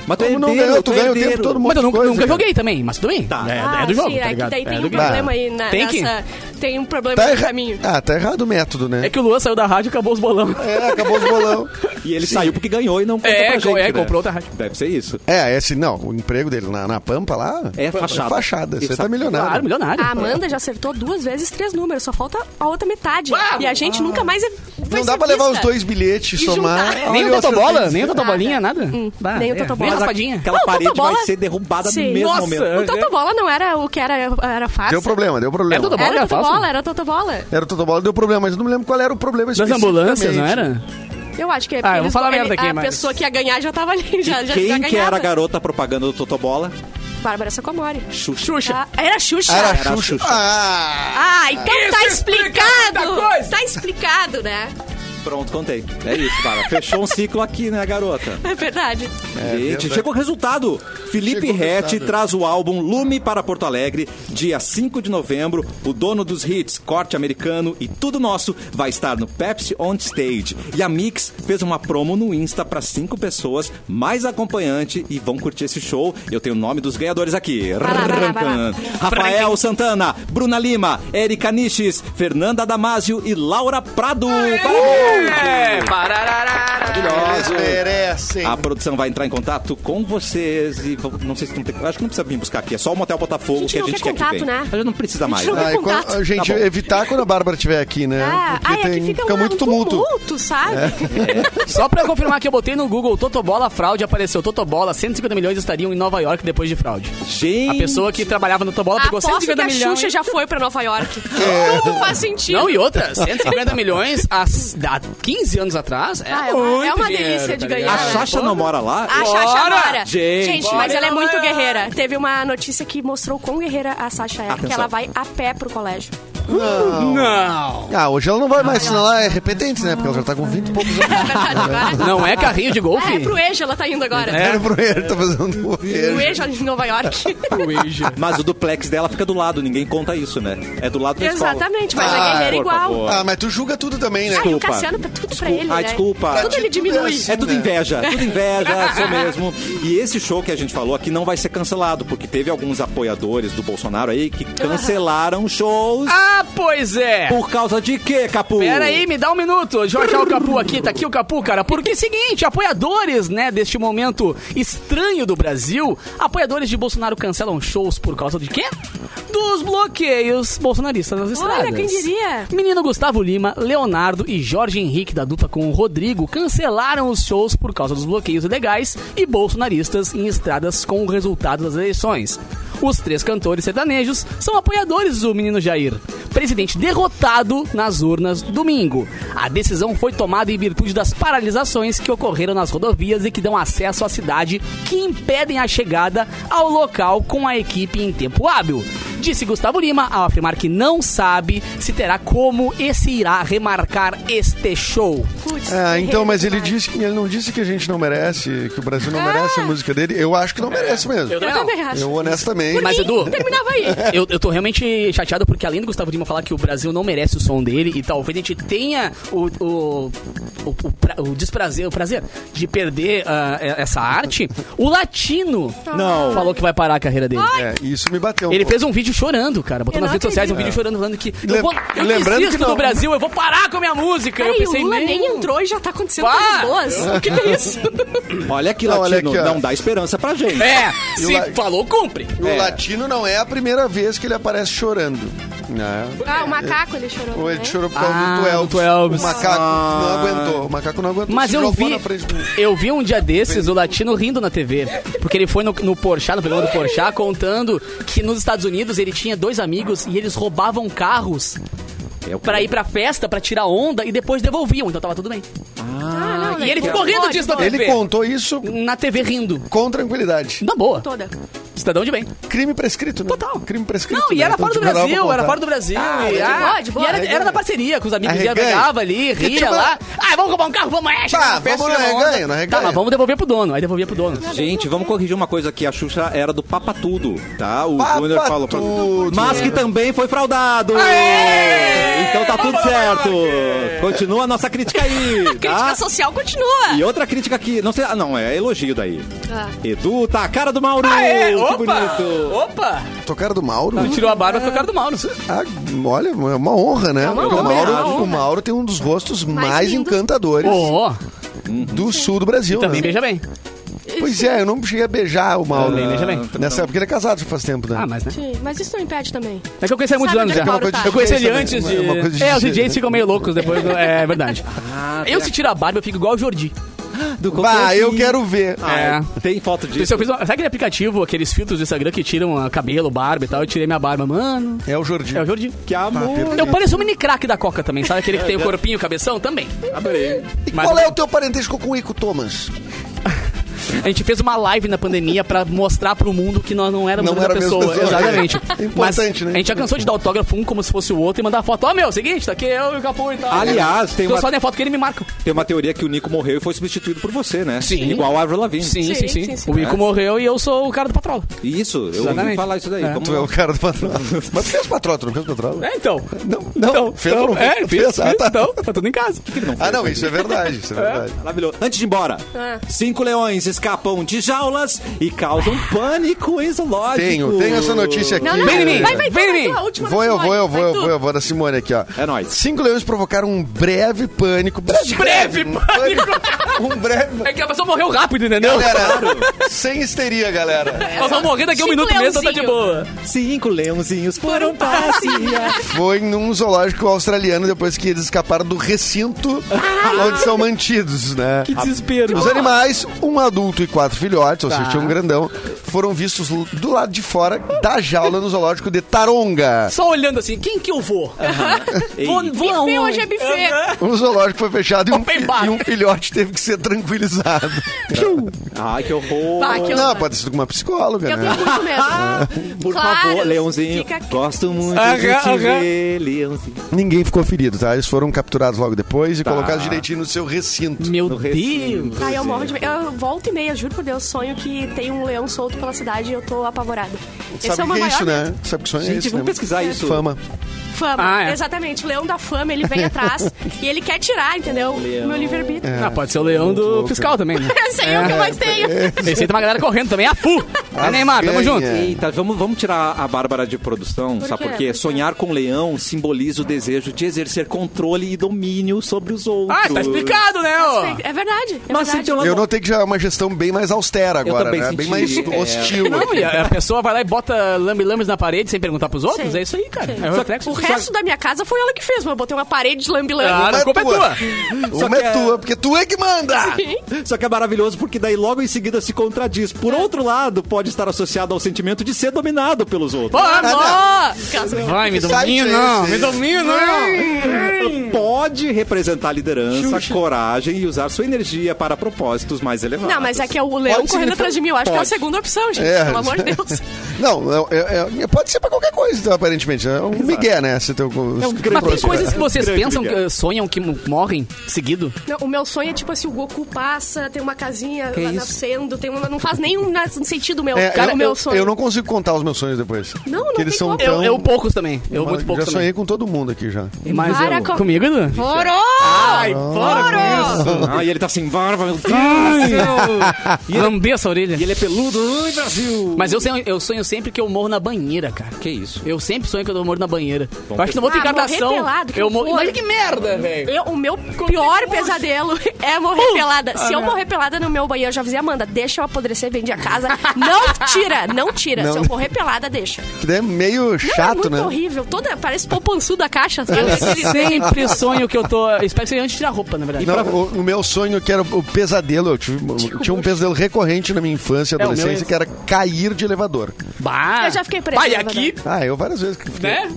A: Mas tu é
B: Como não
A: herdeiro,
B: ganhou? Tu
A: é
B: ganhou o tempo
A: herdeiro.
B: todo, um monte
D: Mas eu
B: de
D: nunca,
B: coisa,
D: nunca
B: né?
D: joguei também, mas tudo bem.
A: Tá.
D: É, é do jogo,
C: sim,
D: tá
C: é que
D: ligado?
C: daí tem
D: é
C: um
D: do game.
C: problema aí na,
D: Tem que-
C: nessa... Tem um problema
B: Tá
C: no
B: erra...
C: caminho.
B: Ah, tá errado o método, né?
D: É que o Luan saiu da rádio e acabou os
B: [laughs]
D: bolão.
B: É, acabou os bolão.
A: E ele saiu porque ganhou e não contou
D: É,
A: pra gente,
D: co- é,
A: né?
D: comprou outra rádio.
A: Deve ser isso.
B: É, esse não, o emprego dele na, na Pampa lá.
A: É fachada.
B: fachada. Você
A: Isso.
B: tá milionário.
D: Claro, milionário.
C: A Amanda já acertou duas vezes três números, só falta a outra metade.
D: Uau!
C: e a gente nunca mais é. vai
B: Não dá
C: ser
B: pra levar
C: vista.
B: os dois bilhetes,
C: E
B: somar.
C: juntar.
D: Nem o
B: Olha,
D: Totobola,
B: eu-
D: nem o Totobolinha, nada. Bah,
C: hum, nem o
D: é, Nem
C: Totobola.
D: a
C: Mas a-
D: raspadinha.
A: Aquela
C: Ah, o
A: parede vai
C: Totobola-
A: ser derrubada
C: Sim.
A: no mesmo
D: Nossa.
A: momento.
C: O Totobola não era o que era, era farsa.
B: Deu problema, deu
D: É
B: problema.
D: tudo bom.
C: Era o
D: Era farsa?
C: Totobola, era o Totobola.
B: Era o Totobola, deu problema, mas eu não me lembro qual era o problema
D: Das ambulâncias, não era?
C: Eu acho que é
D: Ah, eu
C: porque
D: vou falar
C: ele-
D: merda aqui,
C: A
D: mas-
C: pessoa que ia ganhar já tava ali, já, já, já
A: Quem que era
C: ganhava.
A: a garota propaganda do Totobola?
C: Bárbara Sacomori.
A: Xuxa.
D: Xuxa.
C: Ah, era Xuxa.
B: Ah,
A: Era
B: era
A: a
B: Xuxa.
A: Xuxa.
B: Ah,
C: Ah, então
D: Isso
C: tá
D: explica
C: explicado.
D: muita coisa.
C: Tá explicado, né?
A: Pronto, contei. É isso, cara. Fechou um ciclo aqui, né, garota?
C: É verdade.
A: Gente, chegou o resultado. Felipe
B: Chegou o
A: Rett
B: resultado.
A: traz o álbum Lume para Porto Alegre, dia 5 de novembro. O dono dos hits, Corte Americano e Tudo Nosso vai estar no Pepsi On Stage. E a Mix fez uma promo no Insta para cinco pessoas, mais acompanhante, e vão curtir esse show. Eu tenho o nome dos ganhadores aqui.
C: lá, vai lá, vai lá.
A: Rafael Santana, Bruna Lima, Erika Niches, Fernanda Damasio e Laura Prado. Parabéns!
D: parararara.
B: Vocês merecem.
A: A produção vai entrar em contato com vocês e vão- não sei se não tem, acho que não precisa vir buscar aqui, é só o Motel Botafogo
C: Gente,
A: que a
C: não
A: gente quer
C: quer contato,
A: que venha.
C: né?
A: A gente não precisa mais.
C: não
A: né?
C: quer
B: Ai, ah, quando-
C: contato.
B: gente,
A: Tá bom.
B: evitar quando a Bárbara estiver aqui, né?
C: Ah,
B: Porque
C: ai,
B: tem,
C: aqui fica, um-
B: muito
C: um
B: tumulto. É.
C: sabe?
D: Só pra confirmar que eu botei no Google Totobola fraude, apareceu Totobola, 150 milhões estariam em Nova York depois de fraude.
A: Gente,
D: A pessoa que trabalhava no Totobola pegou
C: Aposto que
D: 150
C: a
D: milhões.
C: Xuxa já foi pra Nova York.
B: É.
C: Tudo faz sentido.
D: Não, e outra, 150 milhões há, s- há 15 anos atrás é,
C: Ah, é uma-
D: muito
C: é uma
D: dinheiro,
C: delícia de
D: tá ligado?
A: a
C: ganhar, né?
A: Sasha não mora lá?
C: A Sasha
D: Bora!
C: agora.
A: Gente,
C: mas
D: bora,
C: ela é muito
D: galera!
C: guerreira. Teve uma notícia que mostrou quão guerreira a Sasha é,
B: Ah,
C: que
A: Atenção.
C: ela vai a pé
D: [laughs]
C: pro colégio.
D: Não!
B: Ah, hoje ela não vai mais, senão ela é repetente, né? Porque ela já tá com 20 e poucos anos.
C: É verdade, agora.
D: Não é carrinho de
C: Ah,
D: golfe? [laughs]
C: é pro Eja, ela tá indo agora.
D: É.
B: Era pro ele, tá fazendo o
C: Pro
B: ele.
C: Eja de Nova
B: [laughs]
C: York.
A: Mas o duplex dela fica do lado, ninguém conta isso, né? É do lado da escola.
C: Exatamente, mas
B: Ah,
C: é guerreira
A: por
C: igual.
A: favor.
B: Ah, mas tu julga tudo também,
C: Ah,
B: né?
C: e o
A: Desculpa.
C: Cassiano, tá tudo pra ele,
A: Ah,
C: né?
A: desculpa.
C: Tudo ele diminui.
A: É
B: Né?
A: tudo inveja, tudo inveja,
C: [laughs]
A: isso mesmo. E esse show que a gente falou aqui não vai ser cancelado, porque teve alguns apoiadores do Bolsonaro aí
C: Ah.
A: que cancelaram shows
D: Ah, pois é!
A: por causa de quê, Capu?
D: Pera aí, me dá um minuto. Já já o Capu aqui, tá aqui o Capu, cara. Porque é o seguinte, apoiadores, né, deste momento estranho do Brasil, apoiadores de Bolsonaro cancelam shows por causa de quê? Dos bloqueios bolsonaristas nas estradas.
C: quem diria?
D: Menino Gustavo Lima, Leonardo e Jorge Henrique da dupla com o Rodrigo cancelaram os shows por causa dos bloqueios legais e bolsonaristas em estradas com o resultado das eleições. Os três cantores sertanejos são apoiadores do menino Jair, presidente derrotado nas urnas domingo. A decisão foi tomada em virtude das paralisações que ocorreram nas rodovias e que dão acesso à cidade, que impedem a chegada ao local com a equipe em tempo hábil disse Gustavo Lima ao afirmar que não sabe se terá como e se irá remarcar este show.
C: Putz,
B: Ah, então, mas ele
C: guerreiro demais. Ah.
B: disse que ele não disse que a gente não merece, que o Brasil não merece a música dele. Eu acho que não merece mesmo.
C: Eu também acho.
B: Eu honestamente.
D: Mas, Edu,
C: Terminava aí.
D: eu, eu tô realmente chateado porque além do Gustavo Lima falar que o Brasil não merece o som dele e talvez a gente tenha o, o, o, o pra- o desprazer, o prazer de perder ah, é- essa arte, o latino
A: Não.
D: falou que vai parar a carreira dele.
B: É, isso me bateu. um
D: Ele
B: pouco.
D: fez um vídeo chorando, cara. Botou
C: Ah. Eu
D: nas
C: não
D: redes sociais um
C: acredito.
D: vídeo chorando, falando que.
B: Lem-
D: Eu, vou, eu
B: lembrando que
D: desisto do
B: não.
D: Brasil, eu vou parar com a minha música. eu
C: Peraí, o
D: pensei,
C: Lula nem
D: "Não."
C: entrou e já tá acontecendo
D: Pá!
C: coisas boas. O que, que é isso?
A: Olha aqui,
B: Não, olha
A: Latino,
B: aqui, ó.
A: não dá esperança pra gente.
D: É,
B: Eu
D: se
B: acho.
D: falou, cumpre.
B: O
A: É.
B: latino não é a primeira vez que ele aparece chorando. Né?
C: Ah, o macaco, ele chorou. né?
B: Ou ele
C: também.
B: chorou por causa
D: Ah,
B: do Twelves.
D: do Elvis.
B: O macaco não aguentou. O macaco não aguentou.
D: Mas
B: Se
D: eu
B: jogou
D: vi,
B: na frente do-
D: eu vi um dia desses o Latino rindo na TV, porque ele foi no, no Porchat, no programa do Porchat, contando que nos Estados Unidos ele tinha dois amigos e eles roubavam carros
A: É o
D: pra ir pra festa, pra tirar onda e depois devolviam, então tava tudo bem.
C: Ah, não,
D: e ele ficou
C: pode,
D: rindo disso na
C: pode.
D: TV.
B: Ele contou isso
D: Na TV rindo.
B: com tranquilidade.
D: Na boa.
C: Toda.
D: Cidadão de bem.
B: Crime prescrito, né?
D: Total.
B: Crime prescrito.
D: Não, e
B: né?
D: era
B: Então,
D: fora do
B: tipo, dava pra
D: Brasil, era
B: contar.
D: fora do Brasil. e,
C: de
D: ah,
C: boa, de boa.
D: E era,
B: Arreganha.
D: era na parceria com os amigos, ia
B: Arreganha.
D: pegava ali, ria
B: Ritmo-
D: lá. Ah, vamos comprar um carro, vamos, é, chega
B: Pá,
D: na festa,
B: tipo, Tá, vamos né?
D: tira
B: no
D: uma onda.
B: arreganha, no arreganha.
D: Tá, mas vamos devolver pro dono. Aí devolvia pro dono.
A: Gente, vamos corrigir uma coisa aqui. A Xuxa era do Papa Tudo, tá? O
B: Papa
A: Júnior falou pra...
B: Tudo.
A: Mas que também foi fraudado! Então tá tudo certo! Continua a nossa crítica aí! tá?
C: Crítica social continua.
A: E outra crítica aqui, não sei, ah, não, é elogio daí.
C: Ah.
A: Edu, tá a cara do Mauro! que
D: opa,
A: bonito!
D: Opa!
B: Tocaram do Mauro? né?
D: Tu tirou a barba, foi o cara do Mauro.
B: Ah, olha, é uma honra,
D: Tá,
B: né?
C: uma
B: Porque o,
C: honra,
B: Mauro,
C: é uma honra.
B: o Mauro tem um dos rostos mais,
C: lindos.
B: encantadores
D: Oh,
B: do sul do Brasil.
D: também
B: né?
D: beija bem.
B: Pois é, eu não cheguei a beijar o Mauro.
D: Também beija bem.
B: Nessa época ele é casado já faz tempo, né?
D: Ah, mas né?
C: Sim, mas isso não impede também.
D: É que né? eu conheci há muitos
C: Sabe
D: anos
C: onde é
D: já.
C: que Mauro tá?
D: Eu conheci ele
B: Também,
D: antes
B: uma-
D: de...
B: uma coisa de Ah,
D: É, os
B: dizer,
D: DJs
B: né?
D: ficam meio loucos depois. do- É
B: [laughs]
D: verdade. Eu
B: tá.
D: se tiro a barba, eu fico igual o Jordi.
A: Do
B: Bah, eu
A: Cocôzinho.
B: quero ver.
A: Ah,
D: É.
A: Tem foto
D: Se
A: disso.
D: eu fiz uma- Sabe aquele aplicativo, aqueles filtros do Instagram que tiram ah, cabelo, barba e tal? Eu tirei minha barba, mano.
B: É o Jordi.
D: É o Jordi.
A: Que amor!
D: Eu pareço um mini craque da Coca também, sabe? Aquele que
B: [laughs] É.
D: tem o corpinho, o cabeção também.
A: Adorei.
B: E
D: Mas
B: qual
D: eu-
B: é o teu parentesco com o Ico Thomas?
D: A gente fez uma live na pandemia pra mostrar pro mundo que nós não éramos
B: Não
D: a mesma
B: era a mesma
D: pessoa.
B: pessoa.
D: Exatamente.
B: [laughs] Importante,
D: Mas
B: né?
D: A gente já cansou de dar autógrafo um como se fosse o outro e mandar foto. Ó, meu, seguinte, tá aqui eu e o Capu e tal.
A: Aliás, tem
D: eu
A: uma-
D: só dei foto que ele me marca.
A: Tem uma teoria que o Nico morreu e foi substituído por você, né?
D: Sim.
A: Igual a Avril Lavigne.
D: Sim, sim, sim.
C: sim, sim.
D: O Ico morreu e eu sou o cara do patrol.
A: Isso, eu
D: Exatamente.
A: ouvi falar isso daí.
D: É.
A: Como-
B: Tu é o cara do patrono. [laughs] Mas tu fez patrono, tu não fez patrono?
D: É, então.
B: Não, não. fez ou não fez?
D: é, fiz,
B: Ah,
D: fiz,
B: tá.
D: então, tá tudo em casa.
B: Ah, não, isso é verdade, isso é verdade.
A: Maravilhoso. Antes de ir embora,
C: Ah.
A: Cinco Leões escapam de jaulas e causam pânico em
D: Ah,
A: zoológico.
B: Tenho, tenho essa notícia aqui.
C: Não, não,
D: Vem em mim,
C: vai, vai, tu,
D: vem em
C: vai tu,
D: mim.
C: a última
B: Vou
C: da
B: eu,
C: Simone,
B: vou eu, vou
C: vai
B: eu,
C: tu.
B: vou eu, vou da Simone aqui, ó.
A: É nóis.
B: Cinco leões provocaram um breve pânico. [laughs] Um Breve,
D: breve pânico.
B: um breve.
D: [laughs] É que a pessoa morreu rápido, entendeu?
B: Galera, sem histeria, galera.
D: Ela só morrer daqui a um
C: Cinco
D: minuto mesmo, tá de
C: leãozinho.
D: boa.
A: Cinco leãozinhos foram passear.
B: Foi num zoológico australiano depois que eles escaparam do recinto onde são mantidos, né?
D: Que desespero.
B: Os animais, um adulto e quatro filhotes, ou seja,
D: Tá.
B: tinha um grandão, foram vistos do lado de fora da jaula no zoológico de Taronga.
D: Só olhando assim, quem que eu vou? Vou, vou
C: Buffet
D: aonde?
C: hoje é buffet.
B: O zoológico foi fechado e um,
D: Open
B: fi-
D: bar.
B: e um filhote teve que ser tranquilizado.
A: Ai, que horror.
C: Bah, que
B: Não, pode ser com uma psicóloga,
C: Eu
B: né?
C: tenho muito medo.
A: Por
C: Claro,
A: favor, leãozinho.
C: fica quieto.
A: Gosto muito de
D: Aham,
A: te
D: aham.
A: ver, leãozinho.
B: Ninguém ficou ferido, tá? Eles foram capturados logo depois e
A: Tá.
B: colocados direitinho no seu recinto.
D: Meu
A: No recinto.
D: Deus.
C: [laughs] Ai, eu morro de medo. Eu volto e meia, juro por Deus, sonho que tem um leão solto pela cidade e eu tô apavorada. Esse
B: Sabe
C: é
B: o
C: o meu
B: que é
C: maior
B: isso,
C: medo.
B: né? Sabe que sonho é
A: Gente,
B: esse,
A: vamos
B: né?
A: pesquisar isso.
B: Fama.
C: Fama.
D: Ah, é.
C: Exatamente. O leão da fama, ele [laughs] vem atrás e ele quer tirar, entendeu? O meu livre-arbítrio.
D: Ah, pode ser o leão do
B: louco.
D: fiscal também, [laughs] né?
C: [laughs] Esse aí é o que eu mais tenho.
D: Esse aí tem uma galera correndo também. A FU! É
B: As
D: Neymar, tamo
B: ganha.
D: junto.
A: Eita, Então, vamos, vamos tirar a Bárbara de produção,
C: Por
A: sabe
C: quê?
A: por
C: Por
A: quê?
C: quê?
A: Sonhar com leão simboliza o desejo de exercer controle e domínio sobre os outros.
D: Ah, tá explicado, né, ô?
C: É verdade. É
A: Mas então,
C: verdade.
A: sente uma
B: Eu notei que já é uma gestão bem mais austera agora,
A: também
B: né?
A: senti,
B: Bem mais
A: é.
B: hostil.
D: Não, e a a pessoa vai lá e bota lambe-lambes na parede sem perguntar pros outros?
C: Sim.
D: É isso aí, cara. É o
A: Só-
D: reflexo.
C: O
B: Tipo,
C: resto da minha casa foi ela que fez, mas eu botei uma parede de lambi-lambi.
D: Claro, a culpa é tua.
A: Só
B: Uma
A: que é-
B: é tua, porque tu é que manda!
A: Só que é maravilhoso porque daí logo em seguida se contradiz. Por
C: É.
A: outro lado, pode estar associado ao sentimento de ser dominado pelos outros.
D: Vamos! Vai, me
B: Que site
D: domina,
B: é
D: não.
B: esse?
D: Me um- domina, não.
A: Pode representar liderança, coragem e usar sua energia para propósitos mais elevados.
C: Não, mas é que é o leão
B: Ah, Pode
C: correndo atrás de mim. Eu acho que é a
A: Pode.
C: segunda opção, gente.
B: É.
C: Pelo amor de
B: [laughs]
C: Deus.
B: Não, é- é- é- pode ser pra qualquer coisa, então, aparentemente. É um migué, né? Se teu, é
A: grande
D: Mas Ah, tem
A: Próximo.
D: coisas que vocês
A: Grande
D: pensam,
A: Miguel.
D: que, sonham que mo- morrem seguido?
C: Não, o meu sonho é tipo assim, o Goku passa, tem uma casinha
D: Que
C: lá
D: isso?
C: nascendo, tem uma, não faz nenhum na- sentido meu.
B: É,
C: um cara,
B: eu,
C: o meu
B: eu-
C: sonho.
B: eu não consigo contar os meus sonhos depois.
C: Não, não
B: Porque eles
C: tem
B: são
C: como.
B: tão...
D: Eu, eu poucos também. Então- Eu muito poucos
B: já sonhei
D: também.
B: com todo mundo aqui já.
D: Mas
C: Para
D: eu-
C: com-
D: comigo, Edu?
C: Foro!
A: Ah, e ele tá assim, barba, meu Deus.
D: E Lambei essa orelha.
A: E ele é peludo. Ai, Brasil.
D: Mas eu sonho, eu sonho sempre que eu morro na banheira, cara.
A: Que isso?
D: Eu sempre sonho que eu morro na banheira. eu acho que não vou ter
C: Ah,
D: encarnação.
C: morrer pelado, que
D: eu morro.
C: horror.
D: Imagina que merda, velho.
C: Eu- o meu pior pesadelo [laughs] é morrer
B: Uh!
C: pelada.
B: Ah,
C: Se eu morrer pelada no meu banheiro, eu já avisei a Amanda, deixa eu apodrecer, vende a casa. Não tira, não tira.
B: Não.
C: Se eu morrer pelada, deixa.
B: Que daí é meio
C: Não, é
B: chato,
C: muito
B: né?
C: horrível. Toda, parece poupançu da caixa. Sabe?
D: É,
C: Aquele-
D: Sempre sonho que eu tô. eu Espero que seja antes de tirar a roupa, na verdade.
B: Não, o, o meu sonho que era o pesadelo, eu tive, eu tinha um pesadelo recorrente na minha
D: É,
B: infância e
D: o meu
B: adolescência,
D: é-
B: que era cair de elevador.
D: Bah.
C: Eu já fiquei presa,
D: Bah, e
C: na
D: aqui,
B: Ah, eu várias vezes.
D: né?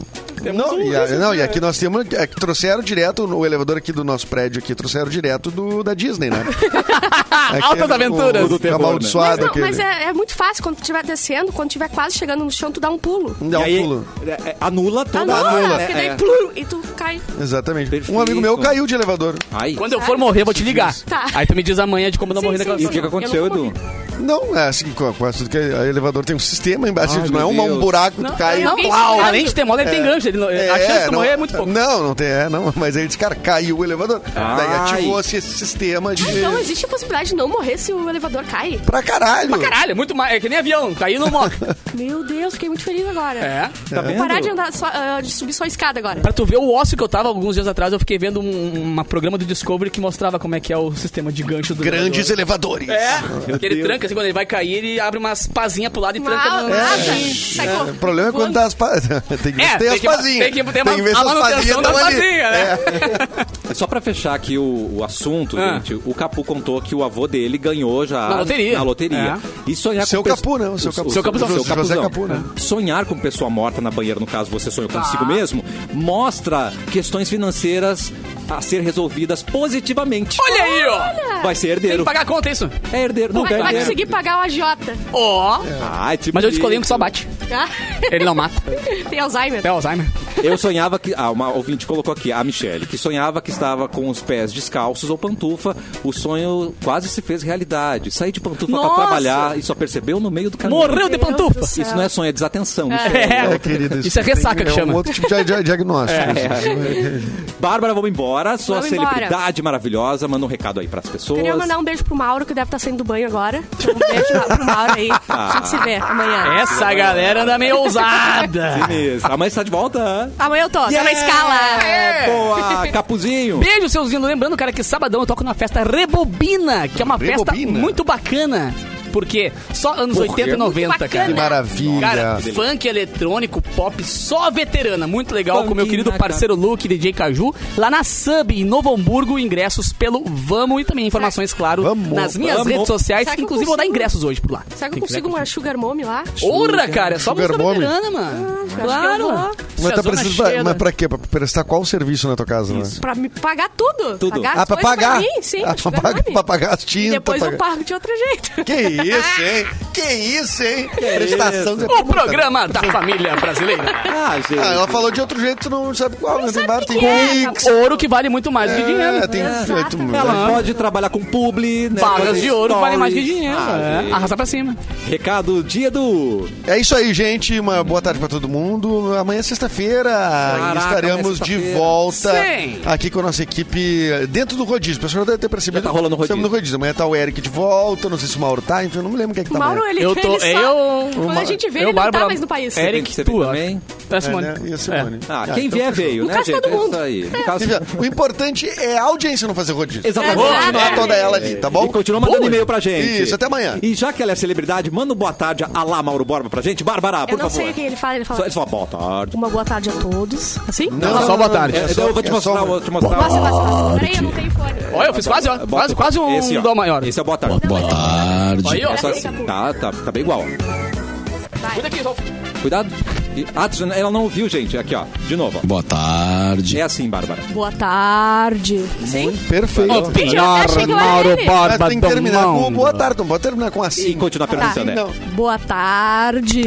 D: Temos
B: Não,
D: um-
B: e, a- não, e aqui nós temos. É, que trouxeram direto o elevador aqui do nosso prédio aqui, trouxeram direto do, da Disney, né? Aquele-
D: [laughs] Ah, Altas aventuras.
B: o- o do terror, né?
C: Mas,
B: amaldiçoado
C: não,
B: aquele.
C: mas é, é muito fácil quando tu estiver descendo, quando estiver quase chegando no chão, tu dá um pulo.
B: Dá
A: E
B: um
A: aí,
B: pulo.
A: é, é, anula toda
C: Anula,
A: a-
C: porque daí
A: é, é.
C: pluro, e tu cai.
B: Exatamente.
A: Perfeito.
B: Um amigo meu caiu de elevador.
A: é. Ai.
D: Quando eu for morrer, eu vou te ligar.
C: Tá.
D: Aí tu me diz amanhã de como eu não
C: Sim,
D: morri
C: sim,
D: naquela
A: E o
C: sim.
A: que, que aconteceu,
C: Eu não
A: Edu?
C: morri.
B: Não, é assim, com, com essa, que o elevador tem um sistema embaixo,
A: Ai,
B: não é
A: meu
B: uma, um
A: Deus.
B: buraco, tu cai.
C: eu-
D: Não,
C: Alguém
D: uau,
C: sabe?
D: além de ter mola, ele tem gancho. Ele não- a chance de tu
B: É. não-
D: morrer é muito pouco.
B: Não, não tem, é, não. Mas aí, cara, caiu o elevador. Daí
A: Ai.
B: ativou-se esse sistema de.
C: Ah,
D: é
C: então existe a possibilidade de não morrer se o elevador cai?
B: Pra caralho.
D: Caralho, é muito mais. É que nem avião, caiu não
B: [laughs]
D: morre.
C: Meu Deus, fiquei muito feliz agora.
D: É.
A: Tá
C: Vou
A: vendo?
C: parar de, andar só, ah, de subir só a escada agora.
D: Pra tu ver o ócio que eu tava alguns dias atrás, eu fiquei vendo um, um programa do Discovery que mostrava como é que é o sistema de gancho do
B: Grandes
D: elevador.
B: elevadores.
D: É, que ele
A: Deus.
D: tranca, assim, quando ele vai cair, ele abre umas pazinhas pro lado e tranca
C: Uau,
D: no...
C: massa. Sai
B: O problema é quando tá as pa... [laughs] Tem que ver
D: É,
B: se É. tem
D: tem
B: as
D: que-
B: pazinhas.
D: tem que- tem uma-
B: ver se
D: a
B: as
D: manutenção
B: pazinhas
D: das
B: tão ali.
D: pazinhas, né?
B: É.
A: Só pra fechar aqui o, o assunto,
D: Ah.
A: gente, o Capu contou que o avô dele ganhou já
D: Na loteria. É.
A: na loteria. E sonhar
B: Seu
A: pesso-
B: Capu, né? O seu
A: o-
B: Capu.
A: o- Seu Capuzão.
B: José
A: Seu Capuzão.
B: Capu, né?
A: Sonhar com pessoa morta na banheira, no caso você sonhou
D: Ah.
A: consigo mesmo, mostra questões financeiras a ser resolvidas positivamente.
D: Olha aí, ó!
A: Vai ser
D: Tem que
A: herdeiro.
D: pagar a conta, isso.
A: É herdeiro, não
C: Vai,
A: é
C: vai
A: herdeiro.
C: conseguir pagar o agiota. [laughs]
D: Ó!
A: Ai, tipo
B: É.
D: Mas eu descolhi um que só bate.
C: Ah,
D: Ele não mata.
C: Tem Alzheimer.
D: É Alzheimer.
A: Eu sonhava que. Ah, uma ouvinte colocou aqui, a Michelle, que sonhava que estava com os pés descalços ou pantufa. O sonho quase se fez realidade. Saí de pantufa
D: Nossa!
A: pra trabalhar e só percebeu no meio do caminho.
D: Morreu de
C: Meu Deus
D: pantufa.
C: do céu.
A: Isso não é sonho, é desatenção. Michelle.
D: É,
B: É, querido,
D: isso é ressaca
B: tem-
D: que
B: É um
D: chama. É.
B: outro tipo de dia- diagnóstico. é
A: Bárbara, vamos embora. Sua
C: Vamos embora.
A: celebridade maravilhosa. Manda um recado aí pras pessoas.
C: Queria mandar um beijo pro Mauro, que deve estar saindo do banho agora. Então, um beijo pro Mauro aí. A gente se vê amanhã.
D: Essa galera anda [laughs] meio ousada.
A: Beleza. Amanhã está de volta.
C: Amanhã eu tô, tá na
A: Yeah!
C: escala.
A: É, Boa, Capuzinho.
D: Beijo, seus lindos. Lembrando, cara, que sabadão eu toco na festa Rebobina, que é uma festa
B: Rebobina?
D: muito bacana. Porque só anos
A: Por quê?
D: 80 e 90,
C: Muito
D: cara.
B: Que maravilha.
D: É, né? Cara, funk eletrônico, pop, só veterana. Muito legal com
A: Funk
D: meu querido
A: na
D: parceiro Luke, DJ Caju, lá na Sub, em Novo Hamburgo. Ingressos pelo Vamos e também informações, claro,
B: Vamos,
D: nas minhas
A: vamos.
D: redes sociais.
C: Será que eu
D: Inclusive, vou dar
C: consigo?
D: ingressos hoje por lá.
C: Será que eu
D: Quem quiser
C: consigo um uma sugar mommy lá?
D: Porra, cara, é só
B: Sugar
D: música
B: Mommy.
D: veterana, mano.
C: que eu
D: claro.
C: vou.
B: mas, tá
D: Zona
B: precisando,
D: cheia.
B: mas pra quê? Pra prestar qual serviço na tua casa, né?
C: Pra me pagar tudo.
A: Tudo.
C: Pagar as
B: Ah, pra
C: coisas
B: pagar?
C: mim, sim.
B: Ah, pra,
C: sugar
B: pagar
C: mommy.
B: pra pagar as
C: E
B: tintas.
C: depois um eu
B: pagar- Tá
C: pago de outro jeito.
B: Que isso, hein? Que isso, hein? Prestação de
D: O programa da família brasileira.
A: Ah, gente.
B: Ah, ela falou de outro jeito, tu não sabe qual. Não tem bar, tem
C: que é,
D: [laughs]
B: Wix.
D: Ouro que vale muito mais que dinheiro.
B: É, tem feito muito.
A: Ela pode trabalhar com publi, né?
D: Vagas
A: Fazer
D: de ouro valem mais que
A: stories.
D: dinheiro.
A: Ah,
D: é.
A: gente.
D: Arrasa pra cima.
A: Recado dia do.
B: É isso aí, gente. Uma boa tarde pra todo mundo. Amanhã é sexta-feira
A: Caraca,
B: e estaremos
A: amanhã é
B: de
A: sexta-feira.
B: volta
D: Sim.
B: aqui com a nossa equipe eh, dentro do rodízio. O pessoal deve ter percebido.
A: Já tá rolando o rodízio.
B: Estamos no rodízio. Amanhã tá o Eric de volta. Não sei se o Mauro tá, enfim, eu não me lembro quem é que tá
C: Mauro,
B: amanhã.
C: ele,
D: Eu tô-
C: ele só...
D: eu-
C: Quando a gente vê,
D: eu,
C: ele não
D: Bárbara,
C: tá mais no país.
D: Eric,
A: Você vem
D: tu,
A: também?
D: É,
B: É,
D: Simone.
B: né? E
A: [laughs]
B: a Simone.
A: Ah, quem vier veio,
C: No
A: né,
C: caso,
A: gente?
C: todo mundo.
A: É isso aí. No caso-
B: Quer dizer, O importante é a audiência não fazer rodízio.
A: Exatamente.
C: Boa,
B: Continuar
C: né?
B: toda ela ali, tá
A: E
B: bom?
A: continua mandando
D: Boa.
A: e-mail pra gente.
B: Isso, até amanhã.
A: E já que ela é celebridade, manda um boa tarde a lá Mauro Borba pra gente. Bárbara, por
C: Eu não
A: favor.
C: sei o que ele fala, ele
A: Só,
C: fala...
A: ele só boa tarde.
C: Uma boa tarde a todos. Assim?
B: Não,
D: só boa tarde.
A: É,
B: é só-
A: eu vou te
B: é
A: mostrar,
B: só-
A: vou te mostrar.
C: Passa, passa, passa. Peraí, eu não tenho fone.
D: Olha, eu fiz quase, ó,
A: Bota-
D: quase, quase um
A: Esse, ó.
D: dó maior.
A: Esse é o boa tarde.
E: Boa tarde.
D: Aí, ó.
A: É só assim. Tá, tá, tá bem igual. ó.
D: Cuida aqui, Rolf.
A: Cuidado. E- Ah, tu- ela não ouviu, gente. Aqui, ó. De novo. ó.
E: Boa tarde.
A: É assim, Bárbara.
C: Boa tarde. Sim?
B: Perfeito.
D: Ô,
C: eu achei que eu era ele.
B: Mas tem que
D: do
B: terminar com
D: mundo.
B: boa tarde, não pode terminar com
A: E né?
B: assim.
A: continuar perguntando,
B: Assim,
A: né?
B: não.
C: Boa tarde.